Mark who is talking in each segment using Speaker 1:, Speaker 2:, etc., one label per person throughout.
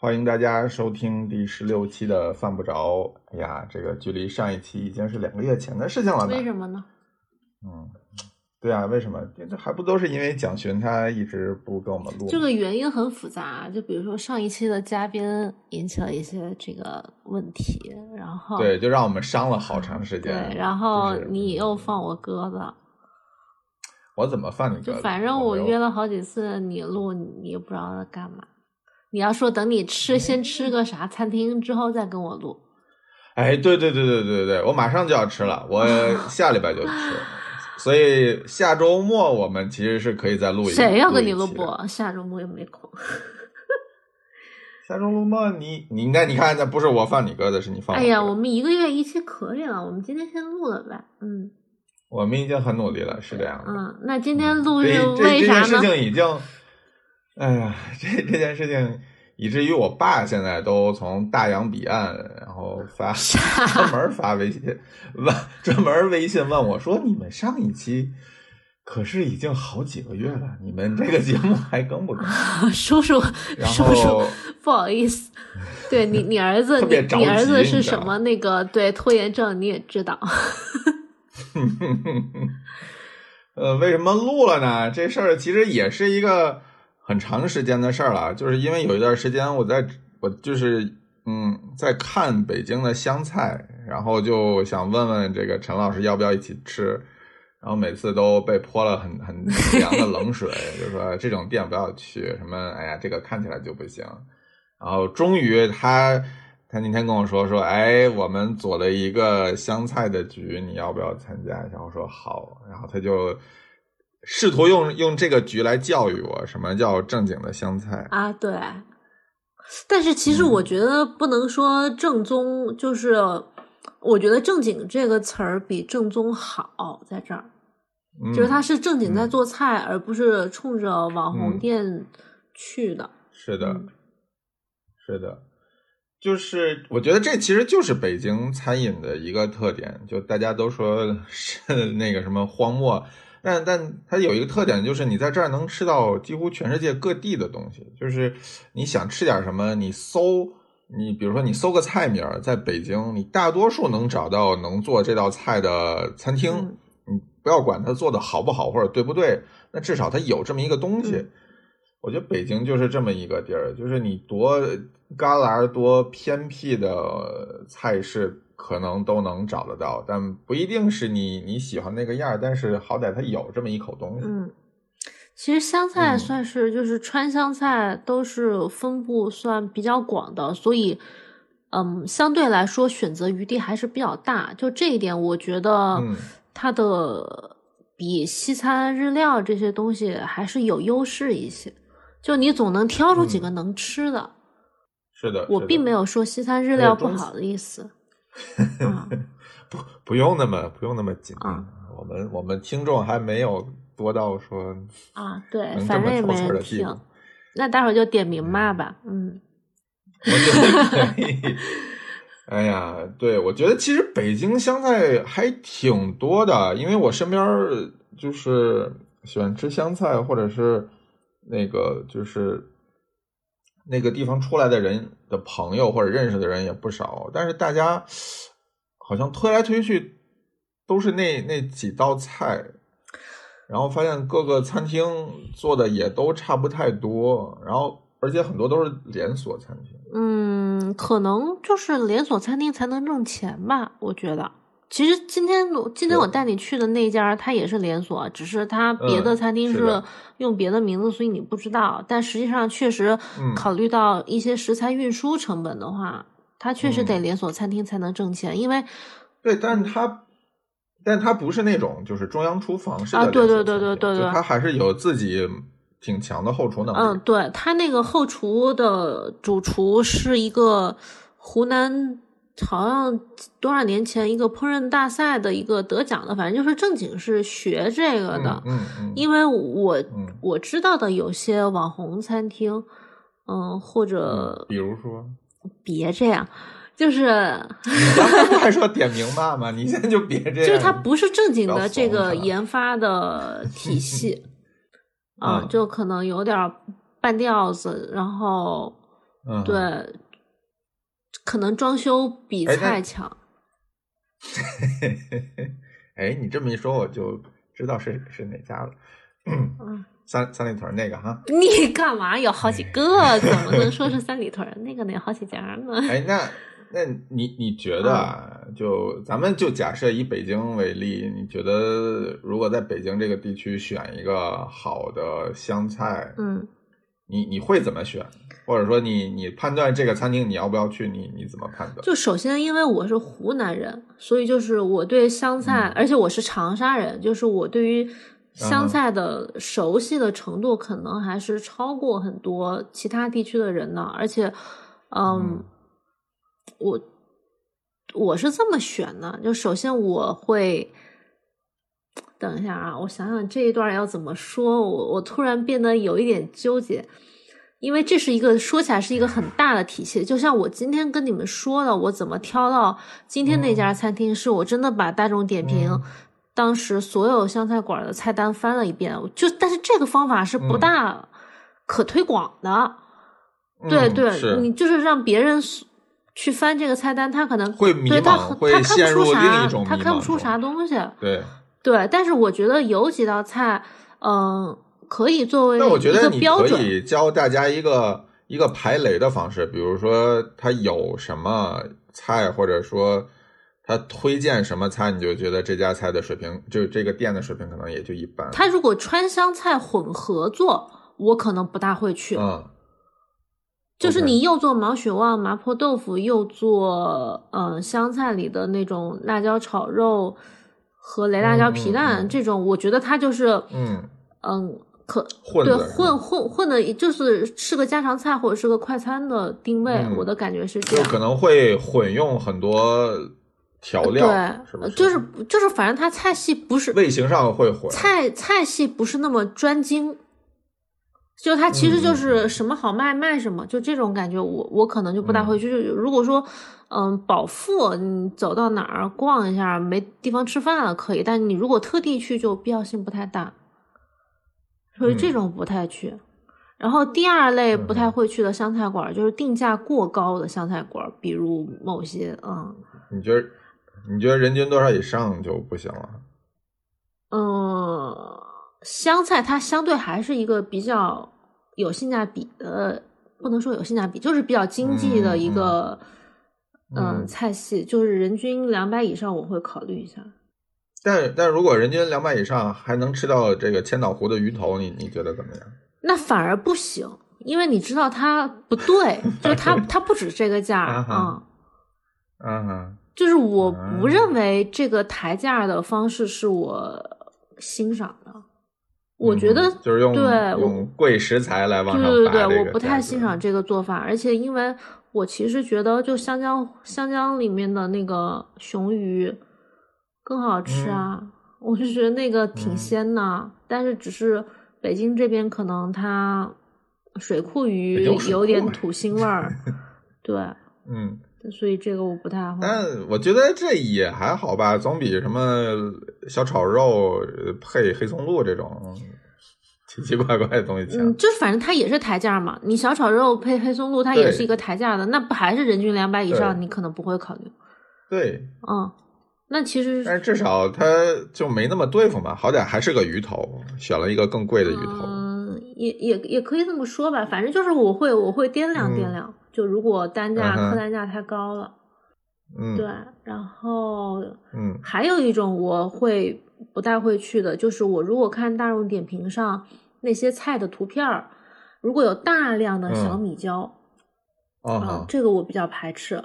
Speaker 1: 欢迎大家收听第十六期的《犯不着》。哎呀，这个距离上一期已经是两个月前的事情了呢。
Speaker 2: 为什么呢？
Speaker 1: 嗯，对啊，为什么？这这还不都是因为蒋勋他一直不跟我们录吗？
Speaker 2: 这个原因很复杂，啊就比如说上一期的嘉宾引起了一些这个问题，然后
Speaker 1: 对，就让我们伤了好长时间。
Speaker 2: 对然后
Speaker 1: 就是嗯
Speaker 2: 你又放我鸽子，
Speaker 1: 我怎么犯你鸽
Speaker 2: 就
Speaker 1: 子？
Speaker 2: 反正
Speaker 1: 我
Speaker 2: 我
Speaker 1: 没有
Speaker 2: 约了好几次你录，你也不知道在干嘛。你要说等你
Speaker 1: 嗯
Speaker 2: 吃，先吃个啥餐厅之后再跟我录，
Speaker 1: 哎，对对对对对对，我马上就要吃了， 我下礼拜就吃，所以下周末我们其实是可以再录一
Speaker 2: 谁要跟你
Speaker 1: 录
Speaker 2: 录
Speaker 1: 一期的？
Speaker 2: 播？下周末又没空。
Speaker 1: 下周末你你应该你看，那不是我放你鸽子，是你放我啊
Speaker 2: 哎
Speaker 1: 鸽子。
Speaker 2: 呀，我们一个月一期可以了，我们今天先录了呗。嗯
Speaker 1: 我们已经很努力了，是这样的。
Speaker 2: 嗯，那今天录是
Speaker 1: 这这
Speaker 2: 为
Speaker 1: 这
Speaker 2: 啥
Speaker 1: 件事
Speaker 2: 呢？
Speaker 1: 情已经，哎呀，这这件事情以至于我爸现在都从大洋彼岸，然后发专门发微信问，专门微信问我说：“你们上一期可是已经好几个月了，你们这个节目还更不更？”
Speaker 2: 啊叔叔，
Speaker 1: 然
Speaker 2: 叔叔
Speaker 1: 后，
Speaker 2: 不好意思，对你，你儿子，
Speaker 1: 特
Speaker 2: 你
Speaker 1: 别着
Speaker 2: 你儿
Speaker 1: 急
Speaker 2: 子是
Speaker 1: 你知
Speaker 2: 什
Speaker 1: 道
Speaker 2: 么那个对拖延症，你也知道。
Speaker 1: 呃，为什么录了呢？这事儿其实也是一个很长时间的事儿了，就是因为有一段时间我在我就是嗯在看北京的湘菜，然后就想问问这个陈老师要不要一起吃，然后每次都被泼了很 很凉的冷水，就说这种店不要去，什么哎呀这个看起来就不行。然后终于他他那天跟我说说，哎，我们组了一个湘菜的局，你要不要参加一下？我说好，然后他就试图用用这个局来教育我，什么叫正经的湘菜。
Speaker 2: 啊，对。但是其实
Speaker 1: 嗯
Speaker 2: 我觉得不能说正宗，就是我觉得“正经”这个词儿比正宗好，在这儿，
Speaker 1: 嗯、
Speaker 2: 就是他是正经在
Speaker 1: 嗯
Speaker 2: 做菜，而不是冲着网红
Speaker 1: 嗯
Speaker 2: 店去的。
Speaker 1: 是的，
Speaker 2: 嗯
Speaker 1: 是的，就是我觉得这其实就是北京餐饮的一个特点，就大家都说 是那个什么荒漠，但但它有一个特点，就是你在这儿能吃到几乎全世界各地的东西，就是你想吃点什么，你搜。你比如说，你搜个菜名儿，在北京，你大多数能找到能做这道菜的餐厅。
Speaker 2: 嗯
Speaker 1: 你不要管它做的好不好或者对不对，那至少它有这么一个东西。
Speaker 2: 嗯
Speaker 1: 我觉得北京就是这么一个地儿，就是你多旮旯多偏僻的菜市，可能都能找得到，但不一定是你你喜欢那个样儿，但是好歹它有这么一口东西。
Speaker 2: 嗯，其实湘菜
Speaker 1: 嗯
Speaker 2: 算是就是川湘菜都是分布算比较广的，所以嗯，相对来说选择余地还是比较大。就这一点，我觉得
Speaker 1: 嗯
Speaker 2: 它的比西餐、日料这些东西还是有优势一些。就你总能挑出几
Speaker 1: 嗯
Speaker 2: 个能吃的，
Speaker 1: 是的，
Speaker 2: 我
Speaker 1: 是的
Speaker 2: 并没有说西餐、日
Speaker 1: 还有
Speaker 2: 料不
Speaker 1: 中
Speaker 2: 好的 意思。啊，
Speaker 1: 不不用那么不用那么紧张，
Speaker 2: 啊
Speaker 1: 我们我们听众还没有多到说
Speaker 2: 啊，对，
Speaker 1: 能这
Speaker 2: 反正
Speaker 1: 么
Speaker 2: 也
Speaker 1: 挑
Speaker 2: 没
Speaker 1: 刺儿
Speaker 2: 人
Speaker 1: 的地步
Speaker 2: 听。。那待会儿就点名骂吧，嗯。
Speaker 1: 我觉得可以。 哎呀，对，我觉得其实北京湘菜还挺多的，因为我身边儿就是喜欢吃湘菜，或者是那个就是那个地方出来的人的朋友或者认识的人也不少，但是大家好像推来推去都是那那几道菜，然后发现各个餐厅做的也都差不太多，然后而且很多都是连锁餐厅。
Speaker 2: 嗯，可能就是连锁餐厅才能挣钱吧，我觉得。其实今天我今天我
Speaker 1: 对
Speaker 2: 带你去的那家，它也是连锁，只是它别的
Speaker 1: 嗯
Speaker 2: 餐厅
Speaker 1: 是
Speaker 2: 是
Speaker 1: 的
Speaker 2: 用别的名字，所以你不知道。但实际上，确实
Speaker 1: 嗯
Speaker 2: 考虑到一些食材运输成本的话，它确实得
Speaker 1: 嗯
Speaker 2: 连锁餐厅才能挣钱，因为
Speaker 1: 对，但是它，但它不是那种就是中央厨房式的
Speaker 2: 啊
Speaker 1: 连
Speaker 2: 对
Speaker 1: 锁
Speaker 2: 对对
Speaker 1: 餐
Speaker 2: 对
Speaker 1: 厅
Speaker 2: 对
Speaker 1: 就
Speaker 2: 对
Speaker 1: 它还是有自己挺强的后厨能力。
Speaker 2: 嗯，对，他那个后厨的主厨是一个湖南，好像多少年前一个烹饪大赛的一个得奖的，反正就是正经是学这个的。
Speaker 1: 嗯嗯嗯
Speaker 2: 因呃为我、
Speaker 1: 嗯
Speaker 2: 我知道的有些网红餐厅，嗯，
Speaker 1: 嗯
Speaker 2: 或者，
Speaker 1: 比如说，
Speaker 2: 别这样，就是
Speaker 1: 你刚才不还说点名骂吗？你现在就别这样，
Speaker 2: 就是它不是正经
Speaker 1: 不要
Speaker 2: 的这
Speaker 1: 怂
Speaker 2: 个
Speaker 1: 他
Speaker 2: 研 发的体系，啊，
Speaker 1: 嗯
Speaker 2: 就可能有点儿半吊子，然后
Speaker 1: 嗯，
Speaker 2: 对，可能装修比
Speaker 1: 哎那
Speaker 2: 菜强。
Speaker 1: 哎，你这么一说，我就知道是是哪家了。
Speaker 2: 嗯，
Speaker 1: 三三里屯那个哈，
Speaker 2: 你干嘛有好几个？
Speaker 1: 嗯
Speaker 2: 怎么能说是三里屯儿？那个呢有好几家呢？
Speaker 1: 哎，那那你你觉得啊，
Speaker 2: 嗯
Speaker 1: 就咱们就假设以北京为例，你觉得如果在北京这个地区选一个好的湘菜，
Speaker 2: 嗯，
Speaker 1: 你你会怎么选？或者说你你判断这个餐厅你要不要去，你你怎么判断？
Speaker 2: 就首先因为我是湖南人，所以就是我对湘菜，而且我是长沙人，就是我对于
Speaker 1: 嗯
Speaker 2: 湘
Speaker 1: 哼
Speaker 2: 菜的熟悉的程度，可能还是超过很多其他地区的人呢。而且，嗯
Speaker 1: 嗯
Speaker 2: 我我是这么选的，就首先我会。等一下啊，我想想这一段要怎么说，我我突然变得有一点纠结，因为这是一个说起来是一个很大的体系，就像我今天跟你们说的，我怎么挑到今天那家餐厅，是我真的把大众点评、
Speaker 1: 嗯
Speaker 2: 当时所有湘菜馆的菜单翻了一遍，我就但是这个方法是不
Speaker 1: 嗯
Speaker 2: 大可推广的，对
Speaker 1: 嗯
Speaker 2: 对，
Speaker 1: 是
Speaker 2: 你就是让别人 s- 去翻这个菜单，他可能
Speaker 1: 会迷
Speaker 2: 对他
Speaker 1: 茫
Speaker 2: 很
Speaker 1: 会
Speaker 2: 他看
Speaker 1: 陷
Speaker 2: 不
Speaker 1: 入
Speaker 2: 出
Speaker 1: 另
Speaker 2: 啥
Speaker 1: 一种，
Speaker 2: 他
Speaker 1: 迷
Speaker 2: 看不
Speaker 1: 茫
Speaker 2: 出
Speaker 1: 中
Speaker 2: 啥东西。
Speaker 1: 对。
Speaker 2: 对，但是我觉得有几道菜，嗯、可以作为
Speaker 1: 那我觉
Speaker 2: 嗯一
Speaker 1: 得
Speaker 2: 个
Speaker 1: 你
Speaker 2: 标
Speaker 1: 可
Speaker 2: 准。
Speaker 1: 以教大家一个一个排雷的方式，比如说他有什么菜，或者说他推荐什么菜，你就觉得这家菜的水平，就这个店的水平可能也就一般。
Speaker 2: 他如果川湘菜混合做，我可能不大会去。
Speaker 1: 嗯，
Speaker 2: 就是
Speaker 1: ，OK
Speaker 2: 你又做毛血旺麻婆豆腐，又做呃湘菜里的那种辣椒炒肉和雷辣椒皮
Speaker 1: 嗯
Speaker 2: 蛋、
Speaker 1: 嗯嗯
Speaker 2: 这种，我觉得它就是
Speaker 1: 嗯，
Speaker 2: 嗯可
Speaker 1: 混
Speaker 2: 对
Speaker 1: 的是吧
Speaker 2: 混混混的，就是是个家常菜或者是个快餐的定位，
Speaker 1: 嗯
Speaker 2: 我的感觉是这
Speaker 1: 就
Speaker 2: 样。
Speaker 1: 可能会混用很多调料，是不
Speaker 2: 呃
Speaker 1: 是？
Speaker 2: 对，就是就是，反正它菜系不是
Speaker 1: 味型上会混。
Speaker 2: 菜菜系不是那么专精，就它其实
Speaker 1: 嗯
Speaker 2: 就是什么好卖卖什么，就这种感觉我，我可能就不大会去。就如果说，嗯，饱腹，你走到哪儿逛一下，没地方吃饭了可以，但你如果特地去，就必要性不太大，所以这
Speaker 1: 嗯
Speaker 2: 种不太去。然后第二类不太
Speaker 1: 嗯
Speaker 2: 会去的湘菜馆儿，就是定价过高的湘菜馆儿，比如某些，嗯
Speaker 1: 你觉得你觉得人均多少以上就不行了？
Speaker 2: 嗯，香菜它相对还是一个比较有性价比的，不能说有性价比，就是比较经济的一个
Speaker 1: 嗯
Speaker 2: 嗯菜系，就是人均两百以上我会考虑一下。
Speaker 1: 但但如果人均两百以上还能吃到这个千岛湖的鱼头，你你觉得怎么样？
Speaker 2: 那反而不行，因为你知道它不对，就 是它它不止这个价
Speaker 1: 啊
Speaker 2: 啊。
Speaker 1: 哈
Speaker 2: 嗯
Speaker 1: 嗯哼，
Speaker 2: 就是我
Speaker 1: 啊
Speaker 2: 不认为这个抬价的方式是我欣赏的，我觉得
Speaker 1: 嗯就是用
Speaker 2: 对我
Speaker 1: 用贵食材来往上
Speaker 2: 对
Speaker 1: 拔
Speaker 2: 对
Speaker 1: 这
Speaker 2: 对，
Speaker 1: 个
Speaker 2: 我不
Speaker 1: 价
Speaker 2: 太
Speaker 1: 格
Speaker 2: 欣赏这个做法，而且因为我其实觉得，就湘江湘江里面的那个雄鱼更好吃啊，我是觉得那个挺
Speaker 1: 嗯
Speaker 2: 鲜的，但是只是北京这边可能它水库鱼
Speaker 1: 有水
Speaker 2: 有点
Speaker 1: 库啊
Speaker 2: 土腥 味儿，对，
Speaker 1: 嗯，
Speaker 2: 所以这个我不太会。
Speaker 1: 但我觉得这也还好吧，总比什么小炒肉呃配黑松露这种 奇奇怪怪的东西强。
Speaker 2: 嗯，就是反正它也是抬价嘛。你小炒肉配黑松露，它也
Speaker 1: 对
Speaker 2: 是一个抬价的，那不还是人均两百以上，
Speaker 1: 对
Speaker 2: 你可能不会考虑。
Speaker 1: 对，
Speaker 2: 嗯，那其实
Speaker 1: 但是至少它就没那么对付嘛，好歹还是个鱼头，选了一个更贵的鱼头。
Speaker 2: 嗯，也也也可以这么说吧，反正就是我会我会掂量
Speaker 1: 嗯
Speaker 2: 掂量，就如果单价
Speaker 1: 嗯哼
Speaker 2: 客单价太高了，
Speaker 1: 嗯，
Speaker 2: 对，然后
Speaker 1: 嗯
Speaker 2: 还有一种我会不太会去的，就是我如果看大众点评上那些菜的图片儿，如果有大量的小
Speaker 1: 嗯
Speaker 2: 米椒，
Speaker 1: 啊
Speaker 2: 啊
Speaker 1: 哈，，
Speaker 2: 这个我比较排斥，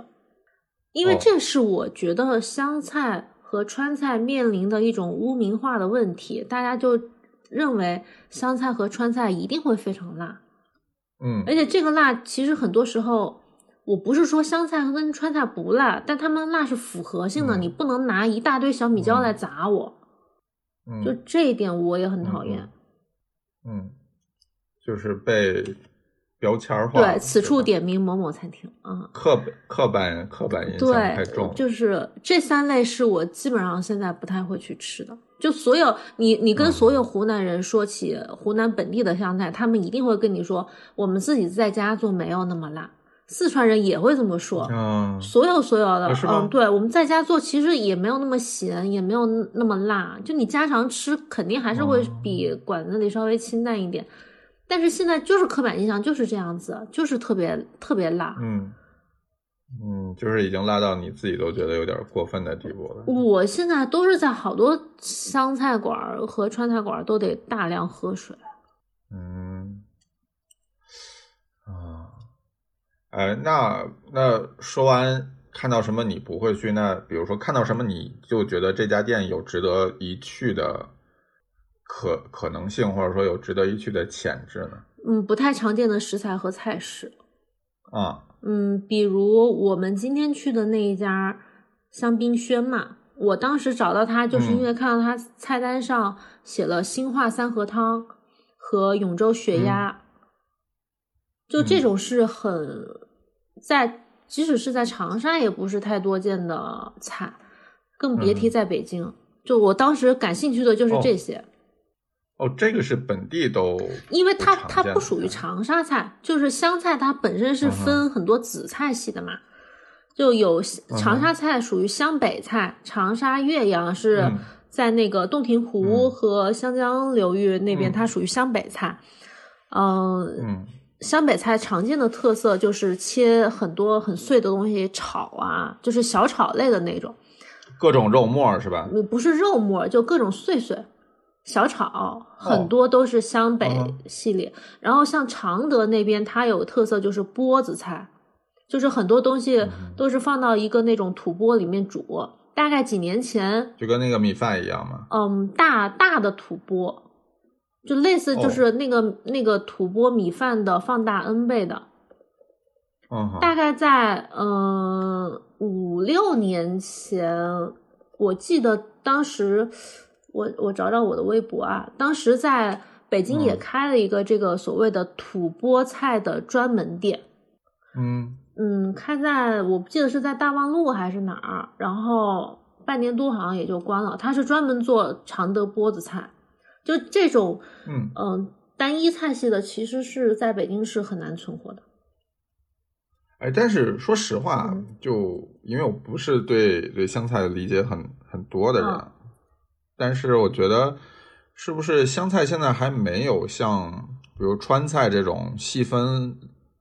Speaker 2: 因为
Speaker 1: 哦
Speaker 2: 这是我觉得湘菜和川菜面临的一种污名化的问题，大家就认为湘菜和川菜一定会非常辣，
Speaker 1: 嗯
Speaker 2: 而且这个辣其实很多时候。我不是说湘菜跟川菜不辣，但他们辣是复合性的，
Speaker 1: 嗯
Speaker 2: 你不能拿一大堆小米椒
Speaker 1: 嗯
Speaker 2: 来砸我，就
Speaker 1: 嗯
Speaker 2: 这一点我也很讨厌。
Speaker 1: 嗯嗯，就是被标签化了。
Speaker 2: 对，此
Speaker 1: 吧
Speaker 2: 处点名某某餐厅啊。嗯
Speaker 1: 刻板刻板刻板印象太重
Speaker 2: 对
Speaker 1: 了，。
Speaker 2: 就是这三类是我基本上现在不太会去吃的。就所有你你
Speaker 1: 嗯
Speaker 2: 跟所有湖南人说起湖南本地的湘菜，他们一定会跟你说，我们自己在家做没有那么辣，四川人也会这么说。
Speaker 1: 嗯，
Speaker 2: 所有所有的，
Speaker 1: 啊是吗
Speaker 2: 嗯，对，我们在家做其实也没有那么咸，也没有那么辣，就你家常吃肯定还是
Speaker 1: 哦
Speaker 2: 会比馆子里稍微清淡一点。但是现在就是刻板印象就是这样子，就是特别特别辣。
Speaker 1: 嗯，嗯，就是已经辣到你自己都觉得有点过分的地步了。
Speaker 2: 我现在都是在好多湘菜馆儿和川菜馆儿都得大量喝水。
Speaker 1: 嗯，啊，哎，那那说完看到什么你不会去，那比如说看到什么你就觉得这家店有值得一去的可可能性，或者说有值得一去的潜质呢？
Speaker 2: 嗯，不太常见的食材和菜式。
Speaker 1: 啊，
Speaker 2: 嗯，比如我们今天去的那一家香槟轩嘛，我当时找到它，就是因为看到它菜单上写了兴化三合汤和永州血鸭，就这种是很在即使是在长沙也不是太多见的菜，更别提在北京。就我当时感兴趣的就是这些。
Speaker 1: 哦，这个是本地都
Speaker 2: 因为
Speaker 1: 不
Speaker 2: 它
Speaker 1: 常
Speaker 2: 它
Speaker 1: 见
Speaker 2: 不
Speaker 1: 的
Speaker 2: 属于
Speaker 1: 菜
Speaker 2: 长沙菜，就是湘菜，它本身是
Speaker 1: 嗯哼
Speaker 2: 分很多子菜系的嘛，就有
Speaker 1: 嗯
Speaker 2: 长沙菜属于湘北菜，长沙岳阳是
Speaker 1: 嗯
Speaker 2: 在那个洞庭湖
Speaker 1: 嗯
Speaker 2: 和湘江流域那边，
Speaker 1: 嗯
Speaker 2: 它属于湘北菜。嗯，
Speaker 1: 嗯
Speaker 2: 湘北菜常见的特色就是切很多很碎的东西炒啊，就是小炒类的那种，
Speaker 1: 各种肉末儿是吧？
Speaker 2: 嗯，不是肉末儿，就各种碎碎小炒，
Speaker 1: 哦
Speaker 2: 很多都是湘北
Speaker 1: 嗯
Speaker 2: 系列。然后像常德那边，它有特色就是钵子菜，就是很多东
Speaker 1: 嗯
Speaker 2: 西都是放到一个那种土锅里面煮。大概几年前，
Speaker 1: 就跟那个米饭一样嘛。
Speaker 2: 嗯，大大的土钵，就类似就
Speaker 1: 哦
Speaker 2: 是那个、那个土钵米饭的放大 N 倍的，
Speaker 1: 嗯哼，
Speaker 2: 大概在嗯五六年前，我记得当时我我找找我的微博啊，当时在北京也
Speaker 1: 嗯
Speaker 2: 开了一个这个所谓的土拨菜的专门店。
Speaker 1: 嗯
Speaker 2: 嗯，开在我不记得是在大望路还是哪儿，然后半年多好像也就关了。它是专门做常德钵子菜，就这种
Speaker 1: 嗯，
Speaker 2: 嗯、单一菜系的，其实是在北京是很难存活的。
Speaker 1: 哎，但是说实话，
Speaker 2: 嗯
Speaker 1: 就因为我不是对对湘菜的理解很很多的人，
Speaker 2: 嗯
Speaker 1: 但是我觉得是不是湘菜现在还没有像比如川菜这种细分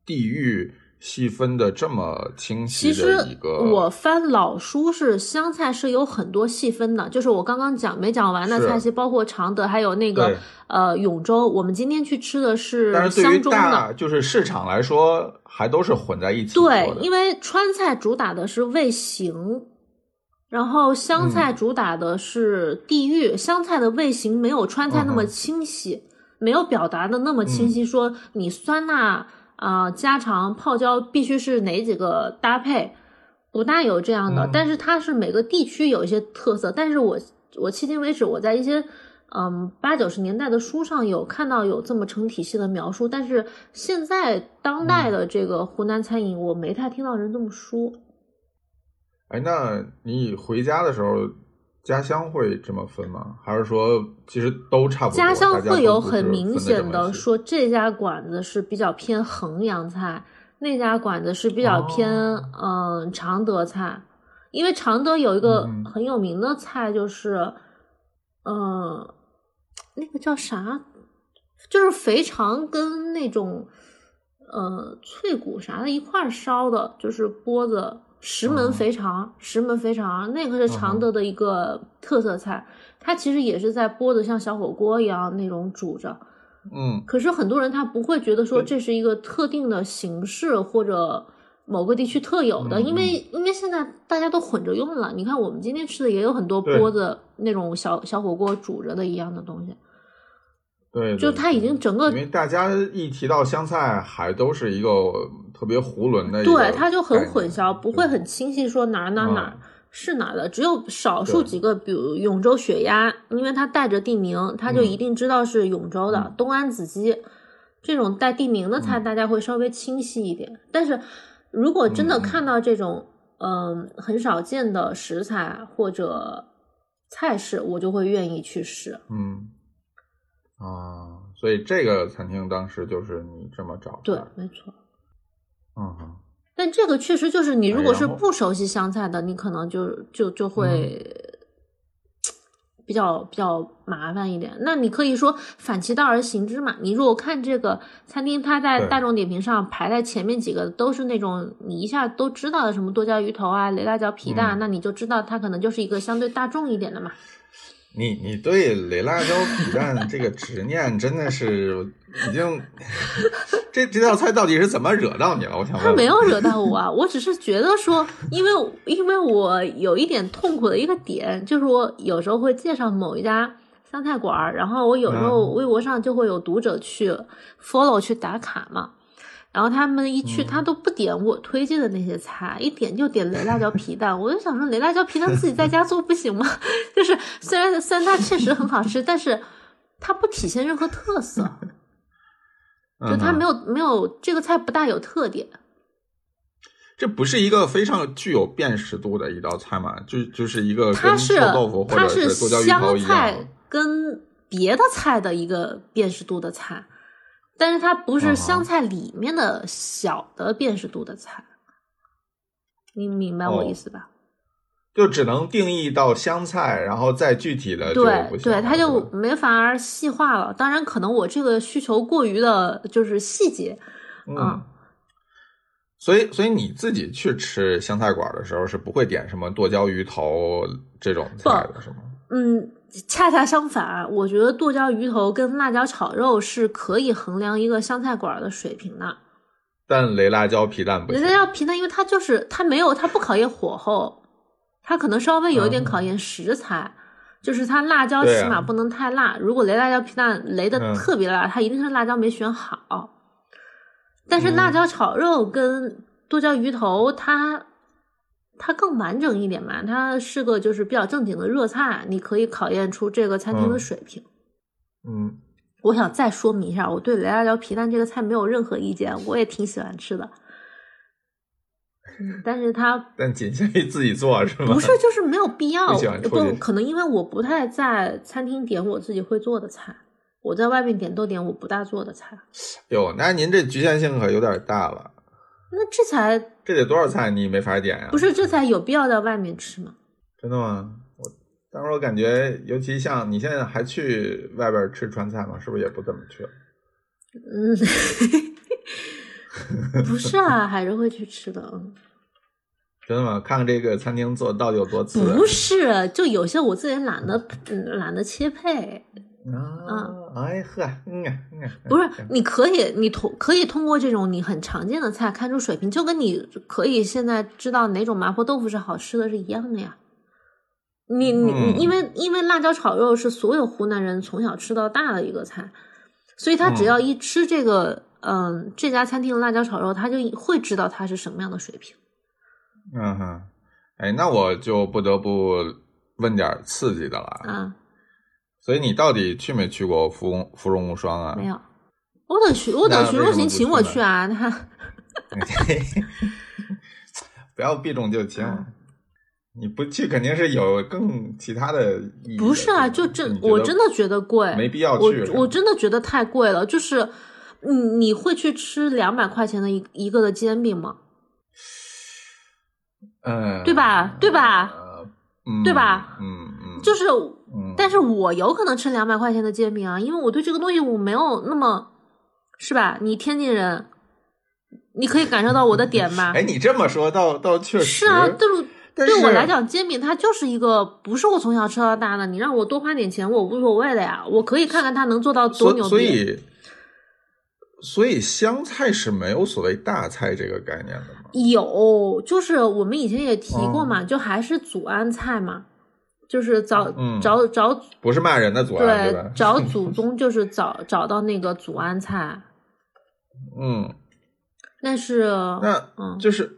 Speaker 1: 地域细分的这么清晰
Speaker 2: 其实
Speaker 1: 的一个？
Speaker 2: 我翻老书是湘菜是有很多细分的，就是我刚刚讲没讲完的
Speaker 1: 是
Speaker 2: 菜系，包括常德，还有那个
Speaker 1: 对，
Speaker 2: 呃永州。我们今天去吃的是
Speaker 1: 但是对于
Speaker 2: 湘中的，
Speaker 1: 大就是市场来说，还都是混在一起做
Speaker 2: 对
Speaker 1: 的，，
Speaker 2: 因为川菜主打的是味型，然后湘菜
Speaker 1: 嗯
Speaker 2: 主打的是地域。湘菜的味型没有川菜那么
Speaker 1: 嗯哼嗯
Speaker 2: 清晰，没有表达的那么清晰，说你酸辣啊、家常、泡椒必须是哪几个搭配，不大有这样的。
Speaker 1: 嗯
Speaker 2: 但是它是每个地区有一些特色，但是我我迄今为止我在一些。嗯，八九十年代的书上有看到有这么成体系的描述，但是现在当代的这个湖南餐饮，我没太听到人这么说。
Speaker 1: 哎，那你回家的时候，家乡会这么分吗？还是说其实都差不多？
Speaker 2: 家乡
Speaker 1: 大都
Speaker 2: 会有
Speaker 1: 不
Speaker 2: 很
Speaker 1: 是
Speaker 2: 明
Speaker 1: 分得这
Speaker 2: 显
Speaker 1: 么
Speaker 2: 的
Speaker 1: 细，
Speaker 2: 说，这家馆子是比较偏衡阳菜，那家馆子是比较
Speaker 1: 哦
Speaker 2: 偏嗯、呃常德菜，因为常德有一个
Speaker 1: 嗯嗯
Speaker 2: 很有名的菜就是，嗯，那个叫啥，就是肥肠跟那种呃脆骨啥的一块儿烧的，就是锅子。石门
Speaker 1: 哦
Speaker 2: 肥肠，石门肥肠那个是
Speaker 1: 嗯
Speaker 2: 常
Speaker 1: 哼
Speaker 2: 德的一个特色菜，它其实也是在锅子像小火锅一样那种煮着，
Speaker 1: 嗯
Speaker 2: 可是很多人他不会觉得说这是一个特定的形式或者某个地区特有的，
Speaker 1: 嗯
Speaker 2: 因为因为现在大家都混着用了。你看我们今天吃的也有很多
Speaker 1: 对
Speaker 2: 锅子那种小小火锅煮着的一样的东西，
Speaker 1: 对，
Speaker 2: 就
Speaker 1: 对
Speaker 2: 它已
Speaker 1: 对
Speaker 2: 经整个
Speaker 1: 因为大家一提到湘菜，还都是一个特别囫囵的一个概念，
Speaker 2: 对它就很混淆，不会很清晰说哪儿哪儿哪儿
Speaker 1: 嗯
Speaker 2: 是哪儿的，只有少数
Speaker 1: 对
Speaker 2: 几个，比如永州血鸭，因为它带着地名，它就
Speaker 1: 嗯
Speaker 2: 一定知道是永州的。
Speaker 1: 嗯
Speaker 2: 东安子鸡这种带地名的菜，
Speaker 1: 嗯
Speaker 2: 大家会稍微清晰一点。但是如果真的
Speaker 1: 嗯嗯
Speaker 2: 看到这种嗯、很少见的食材或者菜式，我就会愿意去试。
Speaker 1: 嗯啊，所以这个餐厅当时就是你这么找的，
Speaker 2: 对，没错。
Speaker 1: 嗯哼，
Speaker 2: 但这个确实就是你如果是
Speaker 1: 哎然后
Speaker 2: 不熟悉湘菜的，你可能就就就会
Speaker 1: 嗯
Speaker 2: 比较比较麻烦一点。那你可以说反其道而行之嘛。你如果看这个餐厅，它在
Speaker 1: 对
Speaker 2: 大众点评上排在前面几个都是那种你一下都知道的，什么剁椒鱼头啊、雷辣椒皮蛋啊，
Speaker 1: 嗯
Speaker 2: 那你就知道它可能就是一个相对大众一点的嘛。
Speaker 1: 你你对雷辣椒皮蛋这个执念真的是已经， 这这道菜到底是怎么惹到你了？我想问。
Speaker 2: 他没有惹到我啊，我只是觉得说，因为因为我有一点痛苦的一个点，就是我有时候会介绍某一家湘菜馆儿，然后我有时候微博上就会有读者去 follow 去打卡嘛，然后他们一去，他都不点我推荐的那些菜，一点就点雷辣椒皮蛋，我就想说雷辣椒皮蛋自己在家做不行吗？ 就是虽然虽然它确实很好吃，但是它不体现任何特色，就
Speaker 1: 嗯
Speaker 2: 它
Speaker 1: 哼
Speaker 2: 没有没有这个菜不大有特点。
Speaker 1: 这不是一个非常具有辨识度的一道菜嘛？就就是一个
Speaker 2: 它
Speaker 1: 呃跟
Speaker 2: 是
Speaker 1: 臭豆腐或
Speaker 2: 它
Speaker 1: 者
Speaker 2: 是
Speaker 1: 剁椒鱼头
Speaker 2: 湘
Speaker 1: 一
Speaker 2: 菜
Speaker 1: 样。
Speaker 2: 跟别的菜的一个辨识度的菜，但是它
Speaker 1: 啊
Speaker 2: 不是湘菜里面的小的辨识度的菜。你明白我
Speaker 1: 哦
Speaker 2: 意思吧？
Speaker 1: 就只能定义到湘菜，然后再具体的就不
Speaker 2: 对
Speaker 1: 行了
Speaker 2: 对，它
Speaker 1: 是
Speaker 2: 就
Speaker 1: 吧
Speaker 2: 没法儿细化了。当然，可能我这个需求过于的就是细节，
Speaker 1: 嗯
Speaker 2: 嗯。
Speaker 1: 所以，所以你自己去吃湘菜馆的时候是不会点什么剁椒鱼头这种菜的，是吗？
Speaker 2: 嗯，恰恰相反，我觉得剁椒鱼头跟辣椒炒肉是可以衡量一个湘菜馆儿的水平的。
Speaker 1: 但雷辣椒皮蛋不
Speaker 2: 人
Speaker 1: 行
Speaker 2: 家。要皮蛋，因为它就是它没有，它不考验火候，它可能稍微有一点
Speaker 1: 嗯
Speaker 2: 考验食材，就是它辣椒
Speaker 1: 对啊
Speaker 2: 起码不能太辣。如果雷辣椒皮蛋雷的
Speaker 1: 嗯
Speaker 2: 特别辣，它一定是辣椒没选好。但是辣
Speaker 1: 嗯
Speaker 2: 椒炒肉跟剁椒鱼头，它它更完整一点嘛，它是个就是比较正经的热菜，你可以考验出这个餐厅的
Speaker 1: 嗯
Speaker 2: 水平。
Speaker 1: 嗯，
Speaker 2: 我想再说明一下，我对雷辣椒皮蛋这个菜没有任何意见，我也挺喜欢吃的。嗯，但 是它
Speaker 1: 但仅限于自己做是吗？
Speaker 2: 不是，就是没有必要。
Speaker 1: 不喜欢
Speaker 2: 不
Speaker 1: 出去吃
Speaker 2: 可能因为我不太在餐厅点我自己会做的菜，我在外面点都点我不大做的菜。
Speaker 1: 哟，那您这局限性可有点大了，
Speaker 2: 那这才
Speaker 1: 这得多少菜你没法点呀、
Speaker 2: 不是这才有必要在外面吃吗？
Speaker 1: 真的吗？我，但是我感觉，尤其像你现在还去外边吃川菜吗？是不是也不怎么去了？
Speaker 2: 嗯，不是啊， 还是会去吃的。嗯。
Speaker 1: 真的吗？看看这个餐厅做到底有多次啊
Speaker 2: 不是，就有些我自己懒得嗯懒得切配。
Speaker 1: 啊！哎呵，嗯啊嗯啊，
Speaker 2: 不是，你可以，你通可以通过这种你很常见的菜看出水平，就跟你可以现在知道哪种麻婆豆腐是好吃的是一样的呀。你你你，
Speaker 1: 嗯
Speaker 2: 因为因为辣椒炒肉是所有湖南人从小吃到大的一个菜，所以他
Speaker 1: 嗯
Speaker 2: 只要一吃这个，嗯，这家餐厅的辣椒炒肉，他就会知道它是什么样的水平。
Speaker 1: 嗯哼，哎，那我就不得不问点刺激的了。
Speaker 2: 啊，
Speaker 1: 所以你到底去没去过芙蓉芙蓉无双啊？
Speaker 2: 没有，我等徐我等
Speaker 1: 那
Speaker 2: 徐
Speaker 1: 为
Speaker 2: 若
Speaker 1: 什么不
Speaker 2: 瑄请
Speaker 1: 去
Speaker 2: 我
Speaker 1: 呢
Speaker 2: 去啊，他
Speaker 1: 不要避重就轻。
Speaker 2: 嗯
Speaker 1: 你不去肯定是有更其他的意义的。
Speaker 2: 不是啊，
Speaker 1: 对
Speaker 2: 就
Speaker 1: 吧
Speaker 2: 真
Speaker 1: 你觉
Speaker 2: 我
Speaker 1: 得
Speaker 2: 真的觉得贵，
Speaker 1: 没必要
Speaker 2: 我
Speaker 1: 去。
Speaker 2: 我真的觉得太贵了，就是你你会去吃两百块钱的一一个的煎饼吗？
Speaker 1: 嗯，
Speaker 2: 对吧对吧
Speaker 1: 呃？嗯，
Speaker 2: 对吧？
Speaker 1: 嗯嗯，
Speaker 2: 就是，
Speaker 1: 嗯，
Speaker 2: 但是我有可能吃两百块钱的煎饼啊，因为我对这个东西我没有那么，是吧？你天津人，你可以感受到我的点 吧
Speaker 1: 哎，？你这么说倒倒确实
Speaker 2: 是啊，对不？
Speaker 1: 但
Speaker 2: 对我
Speaker 1: 是
Speaker 2: 来讲，煎饼它就是一个不是我从小吃到大的，你让我多花点钱，我无所谓的呀。我可以看看它能做到多
Speaker 1: 所
Speaker 2: 牛逼。
Speaker 1: 所以所以湘菜是没有所谓大菜这个概念的嘛？
Speaker 2: 有，就是我们以前也提过
Speaker 1: 哦
Speaker 2: 嘛，就还是祖安菜嘛，就是找、
Speaker 1: 嗯
Speaker 2: 找找
Speaker 1: 不是骂人的左岸，对
Speaker 2: 对
Speaker 1: 吧？
Speaker 2: 找祖宗，就是找找到那个祖安菜，
Speaker 1: 嗯，
Speaker 2: 但是
Speaker 1: 那
Speaker 2: 嗯，
Speaker 1: 就是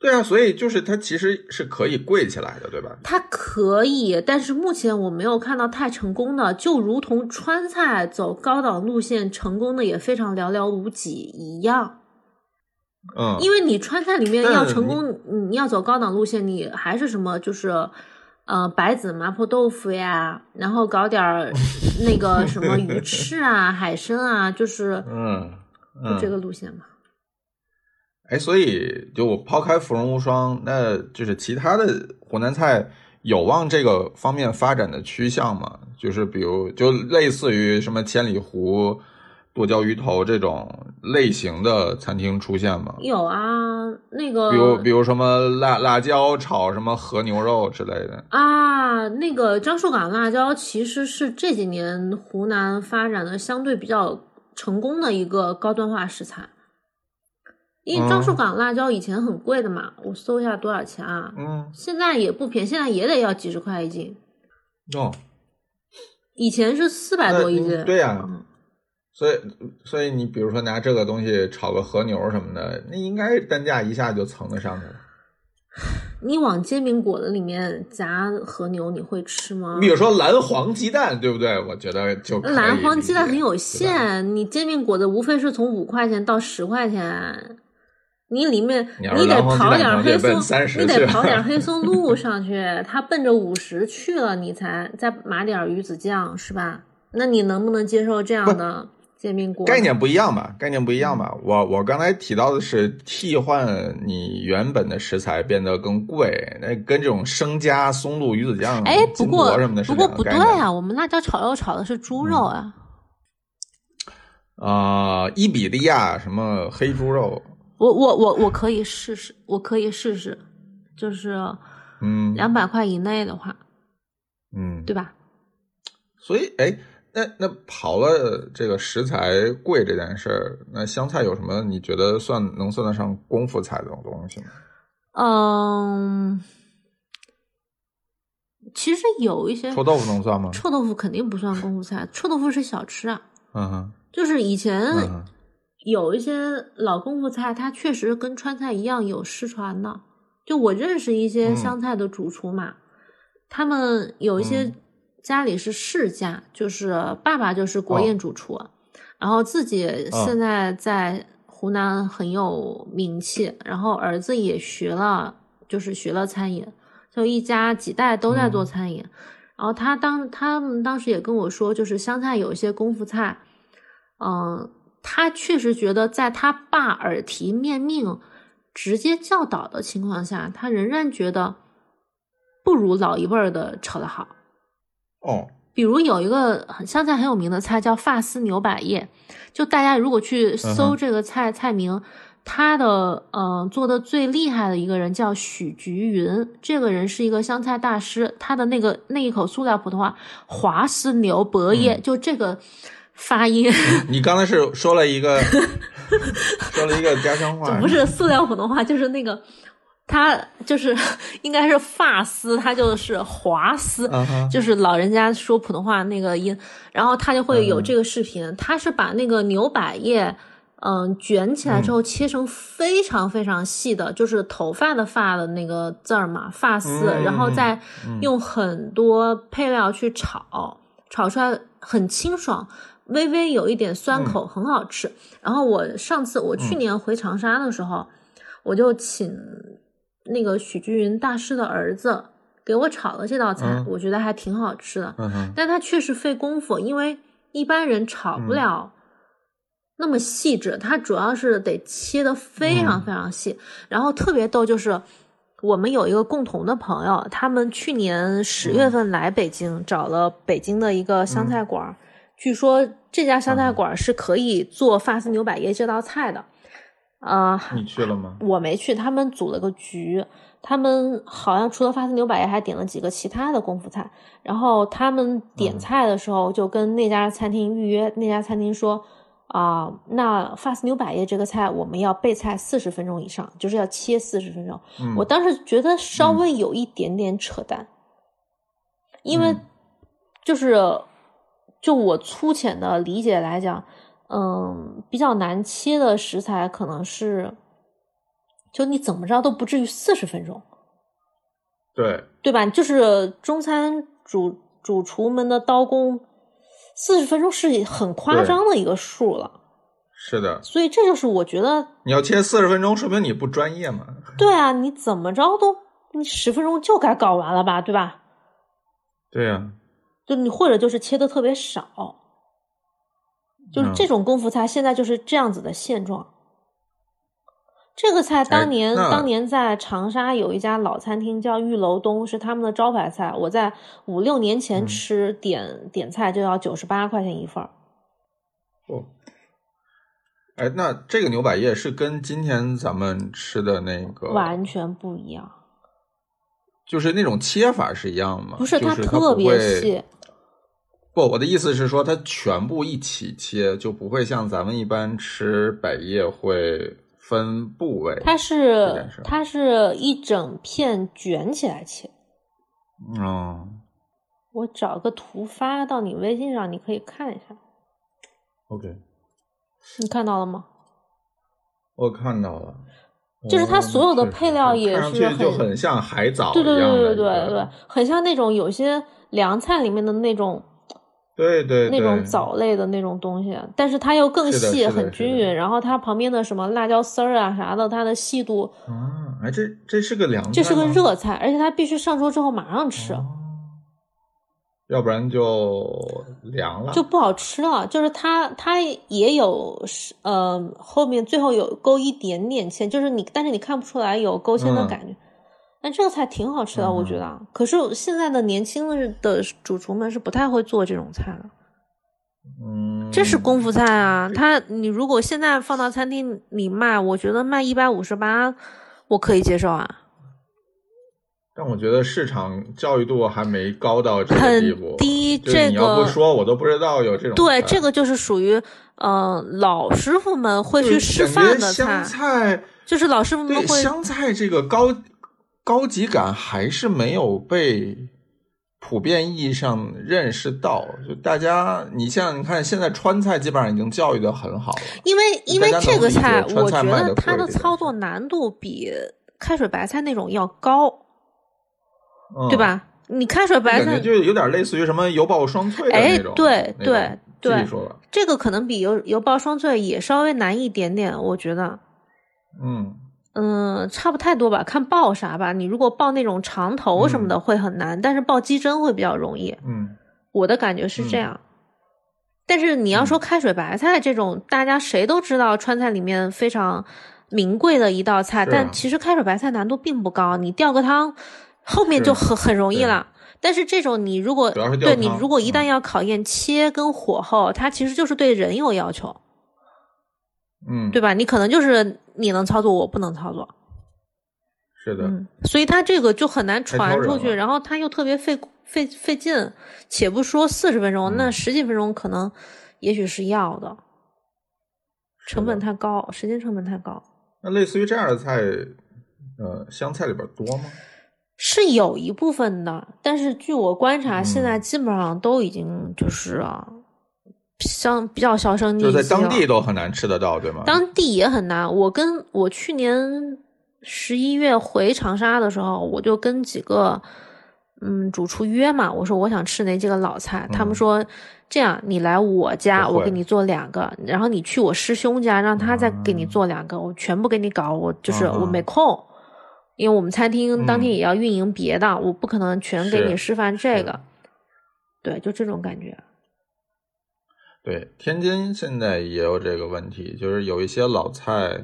Speaker 1: 对啊，所以就是它其实是可以贵起来的，对吧？
Speaker 2: 它可以，但是目前我没有看到太成功的，就如同川菜走高档路线成功的也非常寥寥无几一样，
Speaker 1: 嗯，
Speaker 2: 因为你川菜里面要
Speaker 1: 但
Speaker 2: 成功，你要走高档路线，你还是什么就是，呃，白子麻婆豆腐呀，然后搞点儿那个什么鱼翅啊、海参啊，就是
Speaker 1: 嗯
Speaker 2: 就这
Speaker 1: 嗯
Speaker 2: 个路线嘛。
Speaker 1: 哎，所以就我抛开芙蓉无双，那就是其他的湖南菜有往这个方面发展的趋向吗？就是比如就类似于什么千里湖、剁椒鱼头这种类型的餐厅出现吗？
Speaker 2: 有啊，那个
Speaker 1: 比如比如什么辣辣椒炒什么和牛肉之类的。
Speaker 2: 啊，那个樟树港辣椒其实是这几年湖南发展的相对比较成功的一个高端化食材。因
Speaker 1: 哦
Speaker 2: 为樟树港辣椒以前很贵的嘛，我搜一下多少钱啊？
Speaker 1: 嗯，
Speaker 2: 现在也不便宜，现在也得要几十块一斤，
Speaker 1: 哦，
Speaker 2: 以前是四百
Speaker 1: 那
Speaker 2: 多一
Speaker 1: 你
Speaker 2: 斤。
Speaker 1: 对呀、
Speaker 2: 嗯
Speaker 1: 所以，所以你比如说拿这个东西炒个和牛什么的，那应该单价一下就蹭得上去了。
Speaker 2: 你往煎饼果子里面夹和牛，你会吃吗？
Speaker 1: 比如说蓝黄鸡蛋，对不对？我觉得就可以
Speaker 2: 蓝黄鸡蛋
Speaker 1: 理解
Speaker 2: 很有
Speaker 1: 对吧
Speaker 2: 限，你煎饼果子无非是从五块钱到十块钱，你里面
Speaker 1: 你要是
Speaker 2: 得
Speaker 1: 蓝黄鸡
Speaker 2: 刨
Speaker 1: 蛋
Speaker 2: 点
Speaker 1: 可
Speaker 2: 儿
Speaker 1: 能
Speaker 2: 黑
Speaker 1: 得奔
Speaker 2: 松，
Speaker 1: 30去
Speaker 2: 你得
Speaker 1: 了
Speaker 2: 刨点儿黑松露 上去，它奔着五十去了，你才再码点儿鱼子酱是吧？那你能不能接受这样的煎饼果子？
Speaker 1: 概念不一样吧？概念不一样吧？我我刚才提到的是替换你原本的食材变得更贵，那跟这种生姜、松露、鱼子酱、
Speaker 2: 哎，不
Speaker 1: 嗯金
Speaker 2: 过
Speaker 1: 箔什么的是
Speaker 2: 不过
Speaker 1: 两个
Speaker 2: 不对
Speaker 1: 概念嗯
Speaker 2: 啊，我们辣椒炒肉炒的是猪肉啊，
Speaker 1: 啊、伊比利亚什么黑猪肉，
Speaker 2: 我我我我可以试试，我可以试试，就是
Speaker 1: 嗯
Speaker 2: 两百块以内的话，
Speaker 1: 嗯，
Speaker 2: 对吧？
Speaker 1: 所以，哎，那那刨了这个食材贵这件事儿，那湘菜有什么你觉得算能算得上功夫菜这种东西吗？
Speaker 2: 嗯，其实有一些
Speaker 1: 臭豆腐能算吗？
Speaker 2: 臭豆腐肯定不算功夫菜，臭豆腐是小吃啊。
Speaker 1: 嗯哼，
Speaker 2: 就是以
Speaker 1: 嗯
Speaker 2: 前
Speaker 1: 哼，
Speaker 2: 有一些老功夫菜，它确实跟川菜一样有失传的。就我认识一些
Speaker 1: 嗯
Speaker 2: 湘菜的主厨嘛，他们有一些
Speaker 1: 嗯
Speaker 2: 家里是世家，就是爸爸就是国
Speaker 1: 哦
Speaker 2: 宴主厨，然后自己
Speaker 1: 嗯
Speaker 2: 现在在湖南很有名气，然后儿子也学了，就是学了餐饮，就一家几代都在做
Speaker 1: 嗯
Speaker 2: 餐饮。然后他当他们当时也跟我说，就是湘菜有一些功夫菜，嗯，他确实觉得在他爸耳提面命、直接教导的情况下，他仍然觉得不如老一辈儿的炒得好。
Speaker 1: 哦，
Speaker 2: 比如有一个很湘菜很有名的菜叫发丝牛百叶，就大家如果去
Speaker 1: 嗯
Speaker 2: 搜
Speaker 1: 哼
Speaker 2: 这个菜、菜名，他的呃、做的最厉害的一个人叫许菊云，这个人是一个湘菜大师，他的那个那一口塑料普通话“华丝牛百叶”，
Speaker 1: 嗯
Speaker 2: 就这个发音。
Speaker 1: 你刚才是说了一 个说了一个家乡
Speaker 2: 就
Speaker 1: 话，
Speaker 2: 不是塑料普通话，就是那个，他就是 应该是发丝，他就是华丝，
Speaker 1: 嗯哼，
Speaker 2: 就是老人家说普通话那个音，然后他就会有这个视频，他是把那个牛百叶。嗯，卷起来之后切成非常非常细的，就是头发的发的那个字儿嘛，发丝，
Speaker 1: 嗯
Speaker 2: 然后再
Speaker 1: 嗯
Speaker 2: 用很多配料去炒，炒出来很清爽，微微有一点酸口，
Speaker 1: 嗯
Speaker 2: 很好吃。然后我上次我去年回长沙的时候，我就请那个许居云大师的儿子给我炒了这道菜，
Speaker 1: 嗯
Speaker 2: 我觉得还挺好吃的。
Speaker 1: 嗯哼，
Speaker 2: 但它确实费功夫，因为一般人炒
Speaker 1: 嗯
Speaker 2: 不了那么细致，它主要是得切的非常
Speaker 1: 嗯
Speaker 2: 非常细。然后特别逗就是，我们有一个共同的朋友，他们去年十
Speaker 1: 嗯
Speaker 2: 月份来北京，找了北京的一个湘菜馆儿，据说这家
Speaker 1: 嗯
Speaker 2: 湘菜馆儿是可以做发丝牛百叶这道菜的。啊、
Speaker 1: 你去了吗？
Speaker 2: 我没去，他们组了个局，他们好像除了发丝牛百叶，还点了几个其他的功夫菜。然后他们点
Speaker 1: 嗯
Speaker 2: 菜的时候，就跟那家餐厅预约，那家餐厅说。啊、那发丝牛百叶这个菜，我们要备菜四十分钟以上，就是要切四十分钟。
Speaker 1: 嗯，
Speaker 2: 我当时觉得稍
Speaker 1: 嗯
Speaker 2: 微有一点点扯淡，因为
Speaker 1: 嗯
Speaker 2: 就是就我粗浅的理解来讲，嗯，比较难切的食材可能是，就你怎么着都不至于四十分钟，
Speaker 1: 对，
Speaker 2: 对吧？就是中餐主主厨们的刀工，四十分钟是很夸
Speaker 1: 对
Speaker 2: 张的一个数了，
Speaker 1: 是的，
Speaker 2: 所以这就是我觉得
Speaker 1: 你要切四十分钟，说明你不专业嘛。
Speaker 2: 对啊，你怎么着都你十分钟就该搞完了吧，对吧？
Speaker 1: 对呀、
Speaker 2: 就你或者就是切的特别少，就是
Speaker 1: 嗯
Speaker 2: 这种功夫菜现在就是这样子的现状。这个菜当年、
Speaker 1: 哎那
Speaker 2: 当年在长沙有一家老餐厅叫玉楼东，是他们的招牌菜。我在五六年
Speaker 1: 嗯
Speaker 2: 前吃点、点菜就要九十八块钱一份儿。
Speaker 1: 哦，哎，那这个牛百叶是跟今天咱们吃的那个，
Speaker 2: 完全不一样，
Speaker 1: 就是那种切法是一样吗？
Speaker 2: 不是
Speaker 1: 就
Speaker 2: 它
Speaker 1: 是它
Speaker 2: 特
Speaker 1: 不
Speaker 2: 别
Speaker 1: 会
Speaker 2: 细，
Speaker 1: 不，我的意思是说，它全部一起切，就不会像咱们一般吃百叶会分部位。
Speaker 2: 它
Speaker 1: 这点
Speaker 2: 是
Speaker 1: 是
Speaker 2: 它是一整片卷起来切。
Speaker 1: 哦
Speaker 2: 我找个图发到你微信上，你可以看一下。
Speaker 1: ，OK，
Speaker 2: 你看到了吗？
Speaker 1: 我看到了，
Speaker 2: 就是它所有的
Speaker 1: 哦是是
Speaker 2: 配料
Speaker 1: 是
Speaker 2: 也
Speaker 1: 看上
Speaker 2: 是
Speaker 1: 去就
Speaker 2: 很
Speaker 1: 很像海藻
Speaker 2: 对对
Speaker 1: 一样
Speaker 2: 对
Speaker 1: 的
Speaker 2: 对
Speaker 1: 一
Speaker 2: 对
Speaker 1: 个
Speaker 2: 对，很像那种有些凉菜里面的那种
Speaker 1: 对对
Speaker 2: 那种
Speaker 1: 对
Speaker 2: 藻类的那种东西，但是它又更
Speaker 1: 是的
Speaker 2: 细，
Speaker 1: 是的
Speaker 2: 很
Speaker 1: 是
Speaker 2: 均
Speaker 1: 的
Speaker 2: 匀。然后它旁边的什么辣椒丝儿啊啥的，它的细度，
Speaker 1: 啊，哎，这这是个凉菜吗，
Speaker 2: 这是个热菜，而且它必须上桌之后马上吃，
Speaker 1: 哦要不然就凉了。
Speaker 2: 就不好吃了。就是它它也有是呃后面最后有勾一点点芡，就是你但是你看不出来有勾芡的
Speaker 1: 嗯
Speaker 2: 感觉。但这个菜挺好吃的，我觉
Speaker 1: 嗯
Speaker 2: 得啊。可是现在的年轻的的主厨们是不太会做这种菜的。
Speaker 1: 嗯，
Speaker 2: 这是功夫菜啊！它你如果现在放到餐厅里卖，我觉得卖一百五十八，我可以接受啊，
Speaker 1: 但我觉得市场教育度还没高到这个地步
Speaker 2: 很。低。
Speaker 1: 就是
Speaker 2: 这
Speaker 1: 你要不
Speaker 2: 个
Speaker 1: 说，我都不知道有这种
Speaker 2: 对，
Speaker 1: 菜
Speaker 2: 这个就是属于嗯、呃老师傅们会去
Speaker 1: 就是感觉
Speaker 2: 示范的
Speaker 1: 香
Speaker 2: 菜，
Speaker 1: 菜，
Speaker 2: 就是老师傅们
Speaker 1: 对
Speaker 2: 会
Speaker 1: 香菜这个高高级感还是没有被普遍意义上认识到。就大家，你像你看，现在川菜基本上已经教育的很好了。
Speaker 2: 因为因为
Speaker 1: 大家
Speaker 2: 这
Speaker 1: 能
Speaker 2: 个
Speaker 1: 理解
Speaker 2: 菜，
Speaker 1: 川
Speaker 2: 我
Speaker 1: 菜
Speaker 2: 觉
Speaker 1: 卖得
Speaker 2: 得
Speaker 1: 贵
Speaker 2: 它的
Speaker 1: 这个
Speaker 2: 操
Speaker 1: 是
Speaker 2: 作难度比开水白菜那种要高，
Speaker 1: 嗯、
Speaker 2: 对？吧？你开水白
Speaker 1: 感觉
Speaker 2: 菜
Speaker 1: 就有点类似于什么油爆双脆的
Speaker 2: 哎
Speaker 1: 那种，
Speaker 2: 对
Speaker 1: 那种
Speaker 2: 对
Speaker 1: 具体
Speaker 2: 对
Speaker 1: 说吧，
Speaker 2: 这个可能比油油爆双脆也稍微难一点点，我觉得。
Speaker 1: 嗯，
Speaker 2: 嗯，差不太多吧，看爆啥吧。你如果爆那种长头什么的会很难，但是爆鸡胗会比较容易。
Speaker 1: 嗯，
Speaker 2: 我的感觉是这
Speaker 1: 嗯
Speaker 2: 样。但是你要说开水白菜这种大家谁都知道川菜里面非常名贵的一道菜，
Speaker 1: 是啊
Speaker 2: 但其实开水白菜难度并不高，你吊个汤后面
Speaker 1: 是
Speaker 2: 就很很容易
Speaker 1: 对
Speaker 2: 了。但是这种你如果
Speaker 1: 主要是吊
Speaker 2: 对你
Speaker 1: 汤
Speaker 2: 如果一旦
Speaker 1: 嗯
Speaker 2: 要考验切跟火候，它其实就是对人有要求，
Speaker 1: 嗯，
Speaker 2: 对吧？你可能就是你能操作，我不能操作。
Speaker 1: 是的，
Speaker 2: 嗯，所以它这个就很难
Speaker 1: 太挑
Speaker 2: 传
Speaker 1: 人
Speaker 2: 出去，
Speaker 1: 了
Speaker 2: 然后它又特别费费费劲，且不说四十分钟，那
Speaker 1: 嗯
Speaker 2: 十几分钟可能也许是要的，成本太高，时间成本太高。
Speaker 1: 那类似于这样的菜，呃，湘菜里边多吗？
Speaker 2: 嗯是有一部分的，但是据我观察，现在
Speaker 1: 嗯
Speaker 2: 基本上都已经就是啊，相比较销声
Speaker 1: 就
Speaker 2: 匿
Speaker 1: 是
Speaker 2: 迹
Speaker 1: 在
Speaker 2: 了。
Speaker 1: 当地都很难吃得到，对吗？
Speaker 2: 当地也很难。我跟我去年十一月回长沙的时候，我就跟几个嗯主厨约嘛，我说我想吃哪几个老菜，他们
Speaker 1: 嗯
Speaker 2: 说这样你来我家，
Speaker 1: 我
Speaker 2: 我
Speaker 1: 会
Speaker 2: 给你做两个，然后你去我师兄家，让他再给你
Speaker 1: 嗯
Speaker 2: 做两个，我全部给你搞，我就是
Speaker 1: 嗯嗯
Speaker 2: 我没空。因为我们餐厅当天
Speaker 1: 嗯
Speaker 2: 也要运营别的，我不可能全给
Speaker 1: 是
Speaker 2: 你示范这
Speaker 1: 是
Speaker 2: 个，对，就这种感觉。
Speaker 1: 对，天津现在也有这个问题，就是有一些老菜，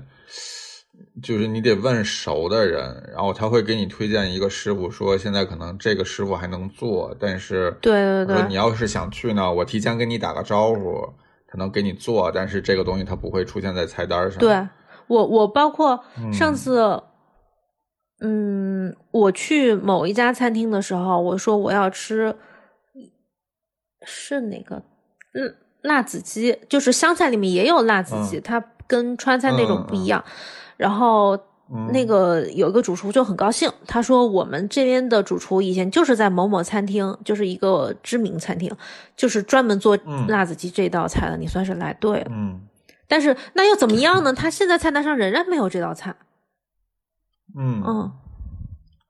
Speaker 1: 就是你得问熟的人，然后他会给你推荐一个师傅，说现在可能这个师傅还能做，但是
Speaker 2: 对对
Speaker 1: 我
Speaker 2: 对
Speaker 1: 说你要是想去呢，我提前跟你打个招呼，他能给你做，但是这个东西它不会出现在菜单上。
Speaker 2: 对我，我包括上
Speaker 1: 嗯
Speaker 2: 次，嗯我去某一家餐厅的时候，我说我要吃是哪个，嗯，辣子鸡，就是湘菜里面也有辣子鸡，
Speaker 1: 嗯
Speaker 2: 它跟川菜那种
Speaker 1: 嗯嗯
Speaker 2: 不
Speaker 1: 嗯
Speaker 2: 一样。然后
Speaker 1: 嗯，
Speaker 2: 那个有一个主厨就很高兴，他说我们这边的主厨以前就是在某某餐厅，就是一个知名餐厅，就是专门做
Speaker 1: 嗯
Speaker 2: 辣子鸡这道菜的，你算是来对了。
Speaker 1: 嗯
Speaker 2: 但是那又怎么样呢？他现在菜单上仍然没有这道菜，
Speaker 1: 嗯
Speaker 2: 嗯，